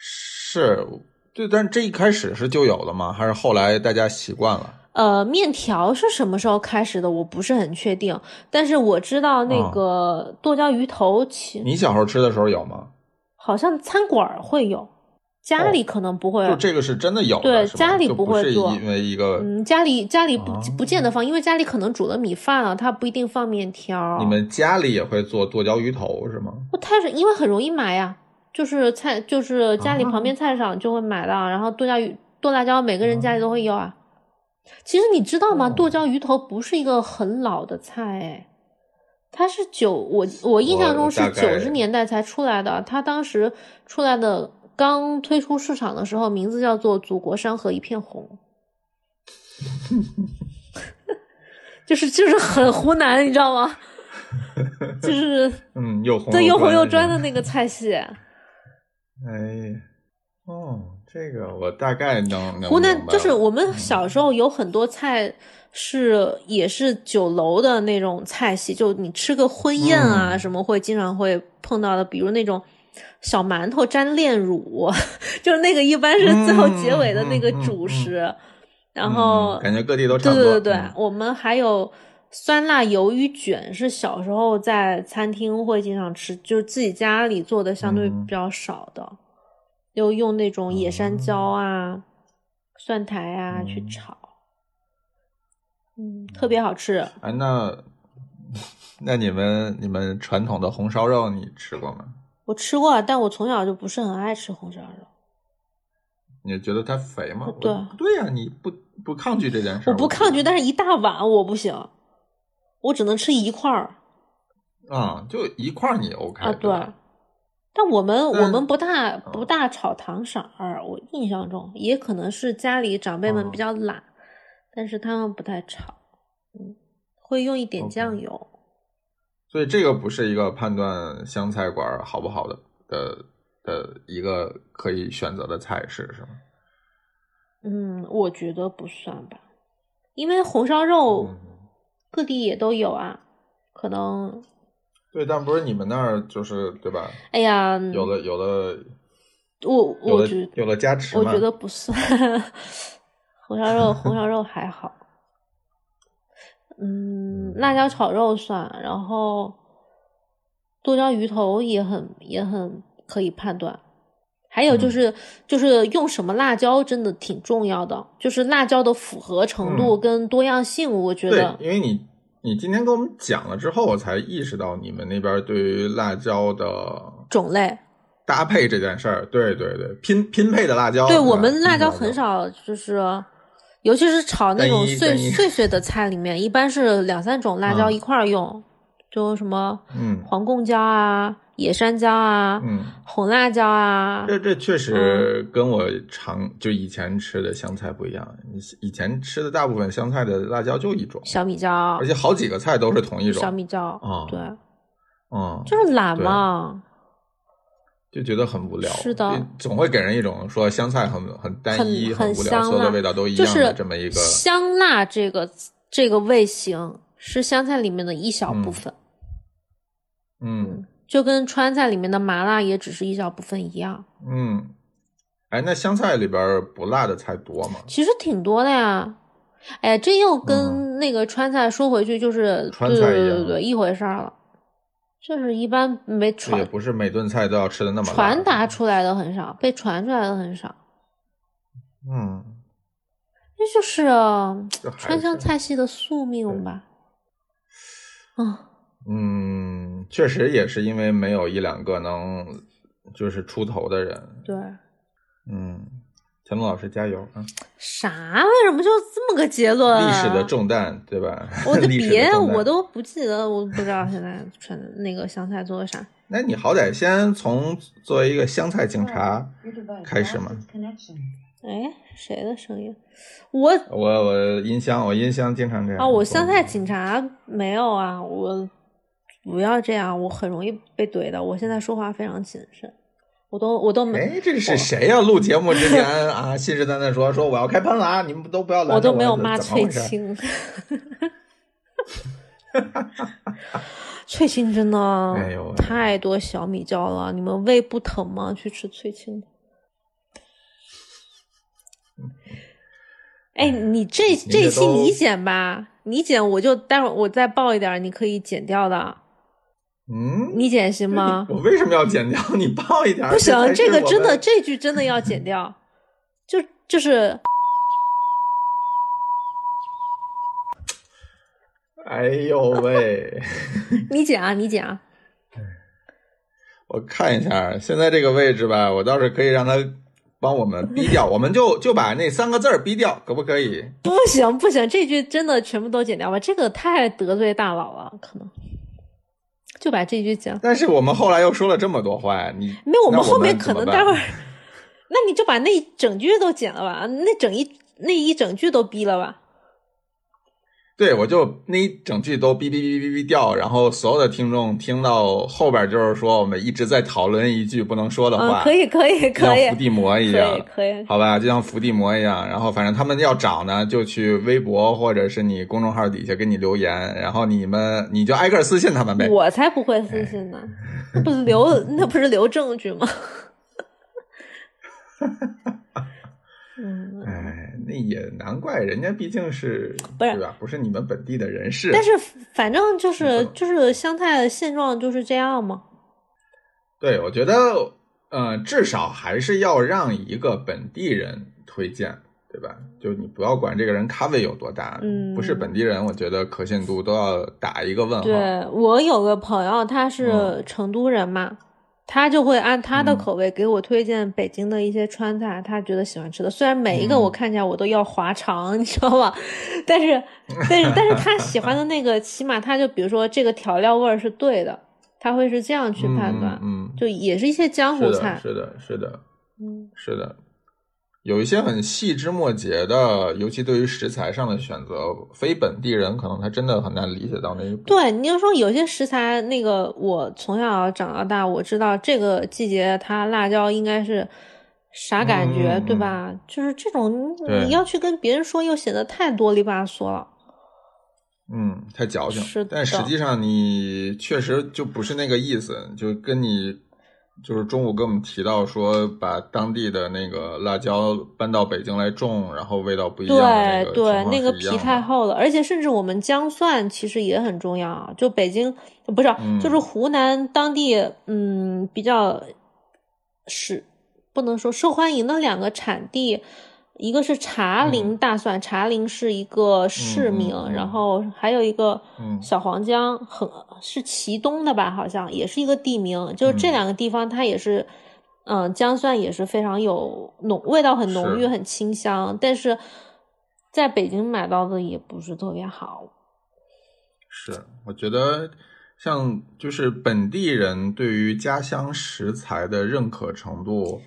Speaker 1: 是，对，但是这一开始是就有的吗？还是后来大家习惯了？
Speaker 2: 呃，面条是什么时候开始的？我不是很确定，但是我知道那
Speaker 1: 哦
Speaker 2: 个剁椒鱼头其
Speaker 1: 你小时候吃的时候有吗？
Speaker 2: 好像餐馆儿会有，家
Speaker 1: 哦
Speaker 2: 里可能不会。
Speaker 1: 就这个是真的有的，
Speaker 2: 对
Speaker 1: 是吧
Speaker 2: 家里
Speaker 1: 就
Speaker 2: 不
Speaker 1: 不
Speaker 2: 会
Speaker 1: 是
Speaker 2: 做
Speaker 1: 因为一个、
Speaker 2: 嗯，家里家里不
Speaker 1: 哦
Speaker 2: 不见得放，因为家里可能煮了米饭啊了，它不一定放面条。
Speaker 1: 你们家里也会做剁椒鱼头是吗？
Speaker 2: 不太是因为很容易买呀，就是菜就是家里
Speaker 1: 啊
Speaker 2: 旁边菜市场就会买到，然后剁椒鱼剁辣椒每个人家里都会有啊。其实你知道吗？
Speaker 1: 嗯哦
Speaker 2: 剁椒鱼头不是一个很老的菜哎，它是九我我印象中
Speaker 1: 我
Speaker 2: 是
Speaker 1: 大
Speaker 2: 九
Speaker 1: 概
Speaker 2: 十年代才出来的，它当时出来的刚推出市场的时候，名字叫做《祖国山河一片红》。 就是就是很湖南，你知道吗？就是
Speaker 1: 嗯，又红
Speaker 2: 对，又红又专
Speaker 1: 专
Speaker 2: 的。那个菜 系，
Speaker 1: 哎，哦，这个我大概能能
Speaker 2: 湖南
Speaker 1: 明白
Speaker 2: 就是
Speaker 1: 了
Speaker 2: 我们小时候有很多菜是也是酒楼的那种菜系，就你吃个婚宴啊、
Speaker 1: 嗯
Speaker 2: 什么会经常会碰到的，比如那种小馒头沾炼乳， 就是那个一般是最后结尾的那个
Speaker 1: 嗯嗯嗯
Speaker 2: 主
Speaker 1: 嗯
Speaker 2: 食，然
Speaker 1: 嗯
Speaker 2: 后、
Speaker 1: 感觉各地都差
Speaker 2: 对
Speaker 1: 不
Speaker 2: 对
Speaker 1: 多。
Speaker 2: 对对，
Speaker 1: 嗯
Speaker 2: 我们还有酸辣鱿鱼卷，是小时候在餐厅会经常吃，就是自己家里做的相对
Speaker 1: 嗯
Speaker 2: 比较少的，又用那种野山椒啊、蒜苔啊、
Speaker 1: 嗯
Speaker 2: 去炒，嗯，特别好吃。
Speaker 1: 哎，那那你们你们传统的红烧肉你吃过吗？
Speaker 2: 我吃过，但我从小就不是很爱吃红烧肉，
Speaker 1: 你觉得它肥吗？我
Speaker 2: 对
Speaker 1: 对呀、你不不抗拒这件事儿？
Speaker 2: 我不抗拒，但是一大碗我不行，我只能吃一块儿
Speaker 1: 啊、就一块儿你 OK
Speaker 2: 啊，
Speaker 1: 对
Speaker 2: 对
Speaker 1: 吧。
Speaker 2: 但我们我
Speaker 1: 嗯
Speaker 2: 们不大不大炒糖色儿，我印象中也可能是家里长辈
Speaker 1: 哦
Speaker 2: 们比较懒，但是他们不太炒，嗯，会用一点
Speaker 1: OK
Speaker 2: 酱油。
Speaker 1: 所以这个不是一个判断湘菜馆儿好不好的的的一个可以选择的菜式是吗？
Speaker 2: 嗯，我觉得不算吧，因为红烧肉
Speaker 1: 嗯
Speaker 2: 各地也都有啊，可能
Speaker 1: 对，但不是你们那儿就是对吧？
Speaker 2: 哎呀，
Speaker 1: 有的有的
Speaker 2: 我
Speaker 1: 有
Speaker 2: 我
Speaker 1: 的
Speaker 2: 觉
Speaker 1: 有的加持
Speaker 2: 我
Speaker 1: 嘛。
Speaker 2: 觉得不算，红烧肉红烧肉还好，嗯，辣椒炒肉算，然后剁椒鱼头也很也很可以判断，还有就是、就是用什么辣椒真的挺重要的，就是辣椒的复合程度跟多样性，我觉
Speaker 1: 对
Speaker 2: 得，
Speaker 1: 因为你你今天跟我们讲了之后，我才意识到你们那边对于辣椒的
Speaker 2: 种类
Speaker 1: 搭配这件事儿，对对对，拼拼配的辣椒。
Speaker 2: 对
Speaker 1: 是吧
Speaker 2: 我们辣椒
Speaker 1: 拼配
Speaker 2: 很少，就是尤其是炒那种
Speaker 1: 单一
Speaker 2: 碎
Speaker 1: 单一
Speaker 2: 碎碎的菜里面，一般是两三种辣椒
Speaker 1: 嗯
Speaker 2: 一块儿用，就什么
Speaker 1: 嗯
Speaker 2: 黄贡椒啊、野山椒啊、
Speaker 1: 嗯，
Speaker 2: 红辣椒啊。
Speaker 1: 这这确实跟我常就以前吃的香菜不一样。以以前吃的大部分香菜的辣椒就一种，
Speaker 2: 小米椒
Speaker 1: 而，且好几个菜都是同一
Speaker 2: 小
Speaker 1: 种，
Speaker 2: 米椒，
Speaker 1: 啊
Speaker 2: 对，
Speaker 1: 嗯，
Speaker 2: 就是懒
Speaker 1: 对
Speaker 2: 嘛，
Speaker 1: 就觉得很无聊。
Speaker 2: 是的
Speaker 1: 就总会给人一种说香菜很很单一、
Speaker 2: 很很
Speaker 1: 无聊，
Speaker 2: 香
Speaker 1: 所有的
Speaker 2: 辣
Speaker 1: 味道都一
Speaker 2: 就
Speaker 1: 样的
Speaker 2: 是
Speaker 1: 这么一个。
Speaker 2: 香辣这个这个味型是香菜里面的一小部
Speaker 1: 嗯
Speaker 2: 分，
Speaker 1: 嗯
Speaker 2: 就跟川菜里面的麻辣也只是一小部分一样，
Speaker 1: 嗯，哎，那香菜里边不辣的菜多吗？
Speaker 2: 其实挺多的呀。哎，这又跟那个川菜说回去就是、
Speaker 1: 嗯川
Speaker 2: 对
Speaker 1: 菜一
Speaker 2: 对对
Speaker 1: 样啊
Speaker 2: 对一回事儿了，就是一般没
Speaker 1: 这也
Speaker 2: 传
Speaker 1: 不是每顿菜都要吃的那么辣
Speaker 2: 传达。出来的很少，被传出来的很少，
Speaker 1: 嗯，
Speaker 2: 这就是嗯
Speaker 1: 这还
Speaker 2: 川香
Speaker 1: 是
Speaker 2: 菜系的宿命吧。嗯，
Speaker 1: 嗯，确实也是因为没有一两个能就是出头的人。
Speaker 2: 对，
Speaker 1: 嗯，乾隆老师加油啊！
Speaker 2: 啥？为什么就这么个结论、
Speaker 1: 历
Speaker 2: 啊？
Speaker 1: 史的重担，对吧？
Speaker 2: 我的
Speaker 1: 历史的
Speaker 2: 别，
Speaker 1: 重担
Speaker 2: 我都不记得，我不知道现在 川那个香菜做的啥。
Speaker 1: 那你好歹先从作为一个香菜警察，开
Speaker 3: 开
Speaker 1: 始
Speaker 3: 始
Speaker 1: 吗
Speaker 3: 吗？
Speaker 2: 哎，谁的声音？我
Speaker 1: 我我音箱，我音箱经常这样
Speaker 2: 啊，嗯我香菜警察没有啊，我不要这样，我很容易被怼的。我现在说话非常谨慎，我都我都没
Speaker 1: 哎，这是谁呀、录节目之前啊，信誓旦旦说说我要开喷了啊，你们都不要拦着
Speaker 2: 我都没有
Speaker 1: 怎
Speaker 2: 骂
Speaker 1: 怎么
Speaker 2: 翠
Speaker 1: 回事
Speaker 2: 青。翠青真的
Speaker 1: 哎呦喂
Speaker 2: 太多小米椒了，你们胃不疼吗？去吃翠青吧。哎，你这
Speaker 1: 您这
Speaker 2: 这期
Speaker 1: 都
Speaker 2: 你剪吧，你剪我就待会儿我再报一点儿，你可以剪掉的，
Speaker 1: 嗯，
Speaker 2: 你剪行 吗？
Speaker 1: 我为什么要剪掉？你报一点儿
Speaker 2: 不行，
Speaker 1: 啊才是
Speaker 2: 这个
Speaker 1: 我
Speaker 2: 真的
Speaker 1: 们
Speaker 2: 这句真的要 剪掉，就就是
Speaker 1: 哎呦喂！
Speaker 2: 你剪啊，你剪啊，
Speaker 1: 我看一下现在这个位置吧，我倒是可以让他帮我们逼掉，我们就就把那三个字儿逼掉，可不可以？
Speaker 2: 不行不行，这句真的全部都剪掉吧，这个太得罪大佬了，可能就把这句剪。
Speaker 1: 但是我们后来又说了这么多话，你
Speaker 2: 没有，我
Speaker 1: 那
Speaker 2: 们后面可
Speaker 1: 怎么
Speaker 2: 能
Speaker 1: 办
Speaker 2: 待会儿，那你就把那一整句都剪了吧，那整一那一整句都逼了吧。
Speaker 1: 对，我就那一整句都哔哔哔哔哔掉，然后所有的听众听到后边就是说我们一直在讨论一句不能说的
Speaker 2: 嗯，
Speaker 1: 话，
Speaker 2: 可以可以
Speaker 1: 就像
Speaker 2: 可以，
Speaker 1: 伏地魔一
Speaker 2: 可以
Speaker 1: 样，
Speaker 2: 可以，
Speaker 1: 好吧，就像伏地魔一样。然后反正他们要找呢，就去微博或者是你公众号底下给你留言，然后你们你就挨个私信他们呗。
Speaker 2: 我才不会私信呢，那不是留那不是留证据吗？嗯，
Speaker 1: 哎，那也难怪，人家毕竟是
Speaker 2: 不是
Speaker 1: 对吧？不是你们本地的人士，
Speaker 2: 啊但是反正就是
Speaker 1: 嗯
Speaker 2: 就是香菜的现状就是这样嘛。
Speaker 1: 对我觉得，呃，至少还是要让一个本地人推荐，对吧？就你不要管这个人咖位有多大，
Speaker 2: 嗯
Speaker 1: 不是本地人，我觉得可信度都要打一个问号。
Speaker 2: 对我有个朋友，他是
Speaker 1: 嗯
Speaker 2: 成都人嘛，他就会按他的
Speaker 1: 嗯
Speaker 2: 口味给我推荐北京的一些川菜，他觉得喜欢吃的。虽然每一个我
Speaker 1: 嗯
Speaker 2: 看起来我都要滑肠， 你知道吧？但是，但是，但是他喜欢的那个，起码他就比如说这个调料味儿是对的，他会是这样去判断，
Speaker 1: 嗯，嗯
Speaker 2: 就也是一些江
Speaker 1: 嗯
Speaker 2: 湖
Speaker 1: 是
Speaker 2: 菜
Speaker 1: 的，。是的，是的，
Speaker 2: 嗯，
Speaker 1: 是的，有一些很细枝末节的，尤其对于食材上的选择，非本地人可能他真的很难理解到那一步。
Speaker 2: 对，你就说有些食材，那个我从小长到大，我知道这个季节它辣椒应该是啥感觉，
Speaker 1: 嗯
Speaker 2: 对
Speaker 1: 嗯
Speaker 2: 吧？就是这种你
Speaker 1: 对
Speaker 2: 你要去跟别人说，又显得太多里吧嗦了。
Speaker 1: 嗯，太矫情。
Speaker 2: 是的
Speaker 1: 但实际上你确实就不是那个意思，就跟你就是中午跟我们提到说，把当地的那个辣椒搬到北京来种，然后味道不一样的
Speaker 2: 对对，那
Speaker 1: 那
Speaker 2: 个
Speaker 1: 个情况是一
Speaker 2: 皮
Speaker 1: 样的
Speaker 2: 太。厚了，而且甚至我们姜蒜其实也很重要啊。就北京不是，就是
Speaker 1: 嗯
Speaker 2: 湖南当地，嗯，比较是不能说受欢迎的两个产地，一个是茶陵大蒜，茶陵是一个
Speaker 1: 嗯嗯
Speaker 2: 市
Speaker 1: 嗯
Speaker 2: 名，
Speaker 1: 嗯
Speaker 2: 然后还有一个
Speaker 1: 嗯
Speaker 2: 小黄江，很是祁东的吧，好像也是一个地名。就是这
Speaker 1: 嗯
Speaker 2: 两个地方，它也是嗯，姜蒜也是非常有浓，味道很浓郁，
Speaker 1: 是
Speaker 2: 很清香。但是在北京买到的也不是特别好。
Speaker 1: 是，我觉得像就是本地人对于家乡食材的认可程度，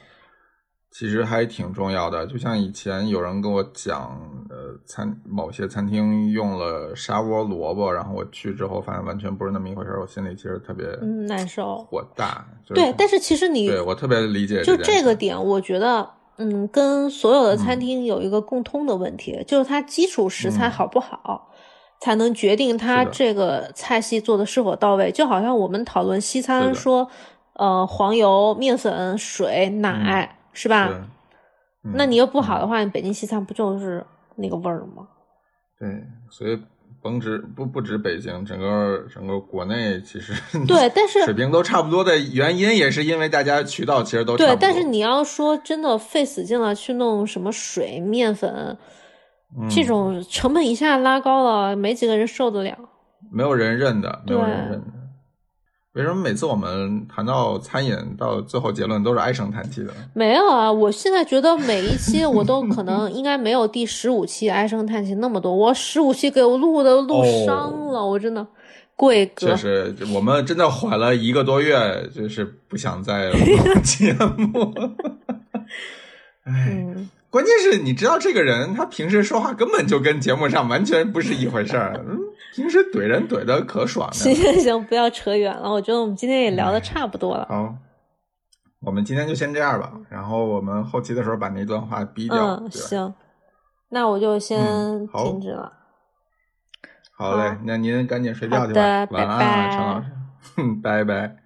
Speaker 1: 其实还挺重要的。就像以前有人跟我讲，呃，餐某些餐厅用了砂锅萝卜，然后我去之后发现完全不是那么一回事儿，我心里其实特别
Speaker 2: 嗯难受
Speaker 1: 火大。就是
Speaker 2: 对，但是其实你
Speaker 1: 对我特别理解
Speaker 2: 就
Speaker 1: 件
Speaker 2: 这
Speaker 1: 事
Speaker 2: 个点，我觉得，嗯，跟所有的餐厅有一个共通的问题，就是它基础食材
Speaker 1: 嗯
Speaker 2: 好不好，才能决定它
Speaker 1: 是的
Speaker 2: 这个菜系做的是否到位。就好像我们讨论西
Speaker 1: 是
Speaker 2: 餐
Speaker 1: 的
Speaker 2: 说，呃，黄油、面粉、水、奶，是吧？
Speaker 1: 是嗯
Speaker 2: 那你又不好的话，你北京西餐不就是那个味儿吗？
Speaker 1: 对，所以甭止不不止北京，整个整个国内其实
Speaker 2: 对但是
Speaker 1: 水平都差不多的原因，也是因为大家渠道其实都差不
Speaker 2: 对
Speaker 1: 多，
Speaker 2: 但是你要说真的费死劲了去弄什么水、面粉，这、
Speaker 1: 嗯、
Speaker 2: 种成本一下拉高了，没几个人受得了。
Speaker 1: 没有人认的，没有
Speaker 2: 对
Speaker 1: 人认的。为什么每次我们谈到餐饮，到最后结论都是唉声叹气的？
Speaker 2: 没有啊，我现在觉得每一期我都可能应该没有第十五期唉声叹气那么多，我十五期给我录的录
Speaker 1: 哦
Speaker 2: 伤了，我真的贵哥
Speaker 1: 就。是我们真的缓了一个多月，就是不想 再录节目。哎，
Speaker 2: 嗯，
Speaker 1: 关键是你知道这个人，他平时说话根本就跟节目上完全不是一回事儿。嗯，平时怼人怼的可爽
Speaker 2: 行
Speaker 1: 了。
Speaker 2: 行行，不要扯远了，我觉得我们今天也聊
Speaker 1: 嗯
Speaker 2: 的差不多了。
Speaker 1: 好，我们今天就先这样吧。然后我们后期的时候把那段话逼掉。
Speaker 2: 嗯，
Speaker 1: 对吧。
Speaker 2: 行，那我就先
Speaker 1: 嗯好
Speaker 2: 停止了。
Speaker 1: 好嘞
Speaker 2: 好，
Speaker 1: 那您赶紧睡
Speaker 2: 好
Speaker 1: 觉去吧。
Speaker 2: 的
Speaker 1: 晚安
Speaker 2: 拜拜
Speaker 1: 啊，陈老师。哼，拜拜。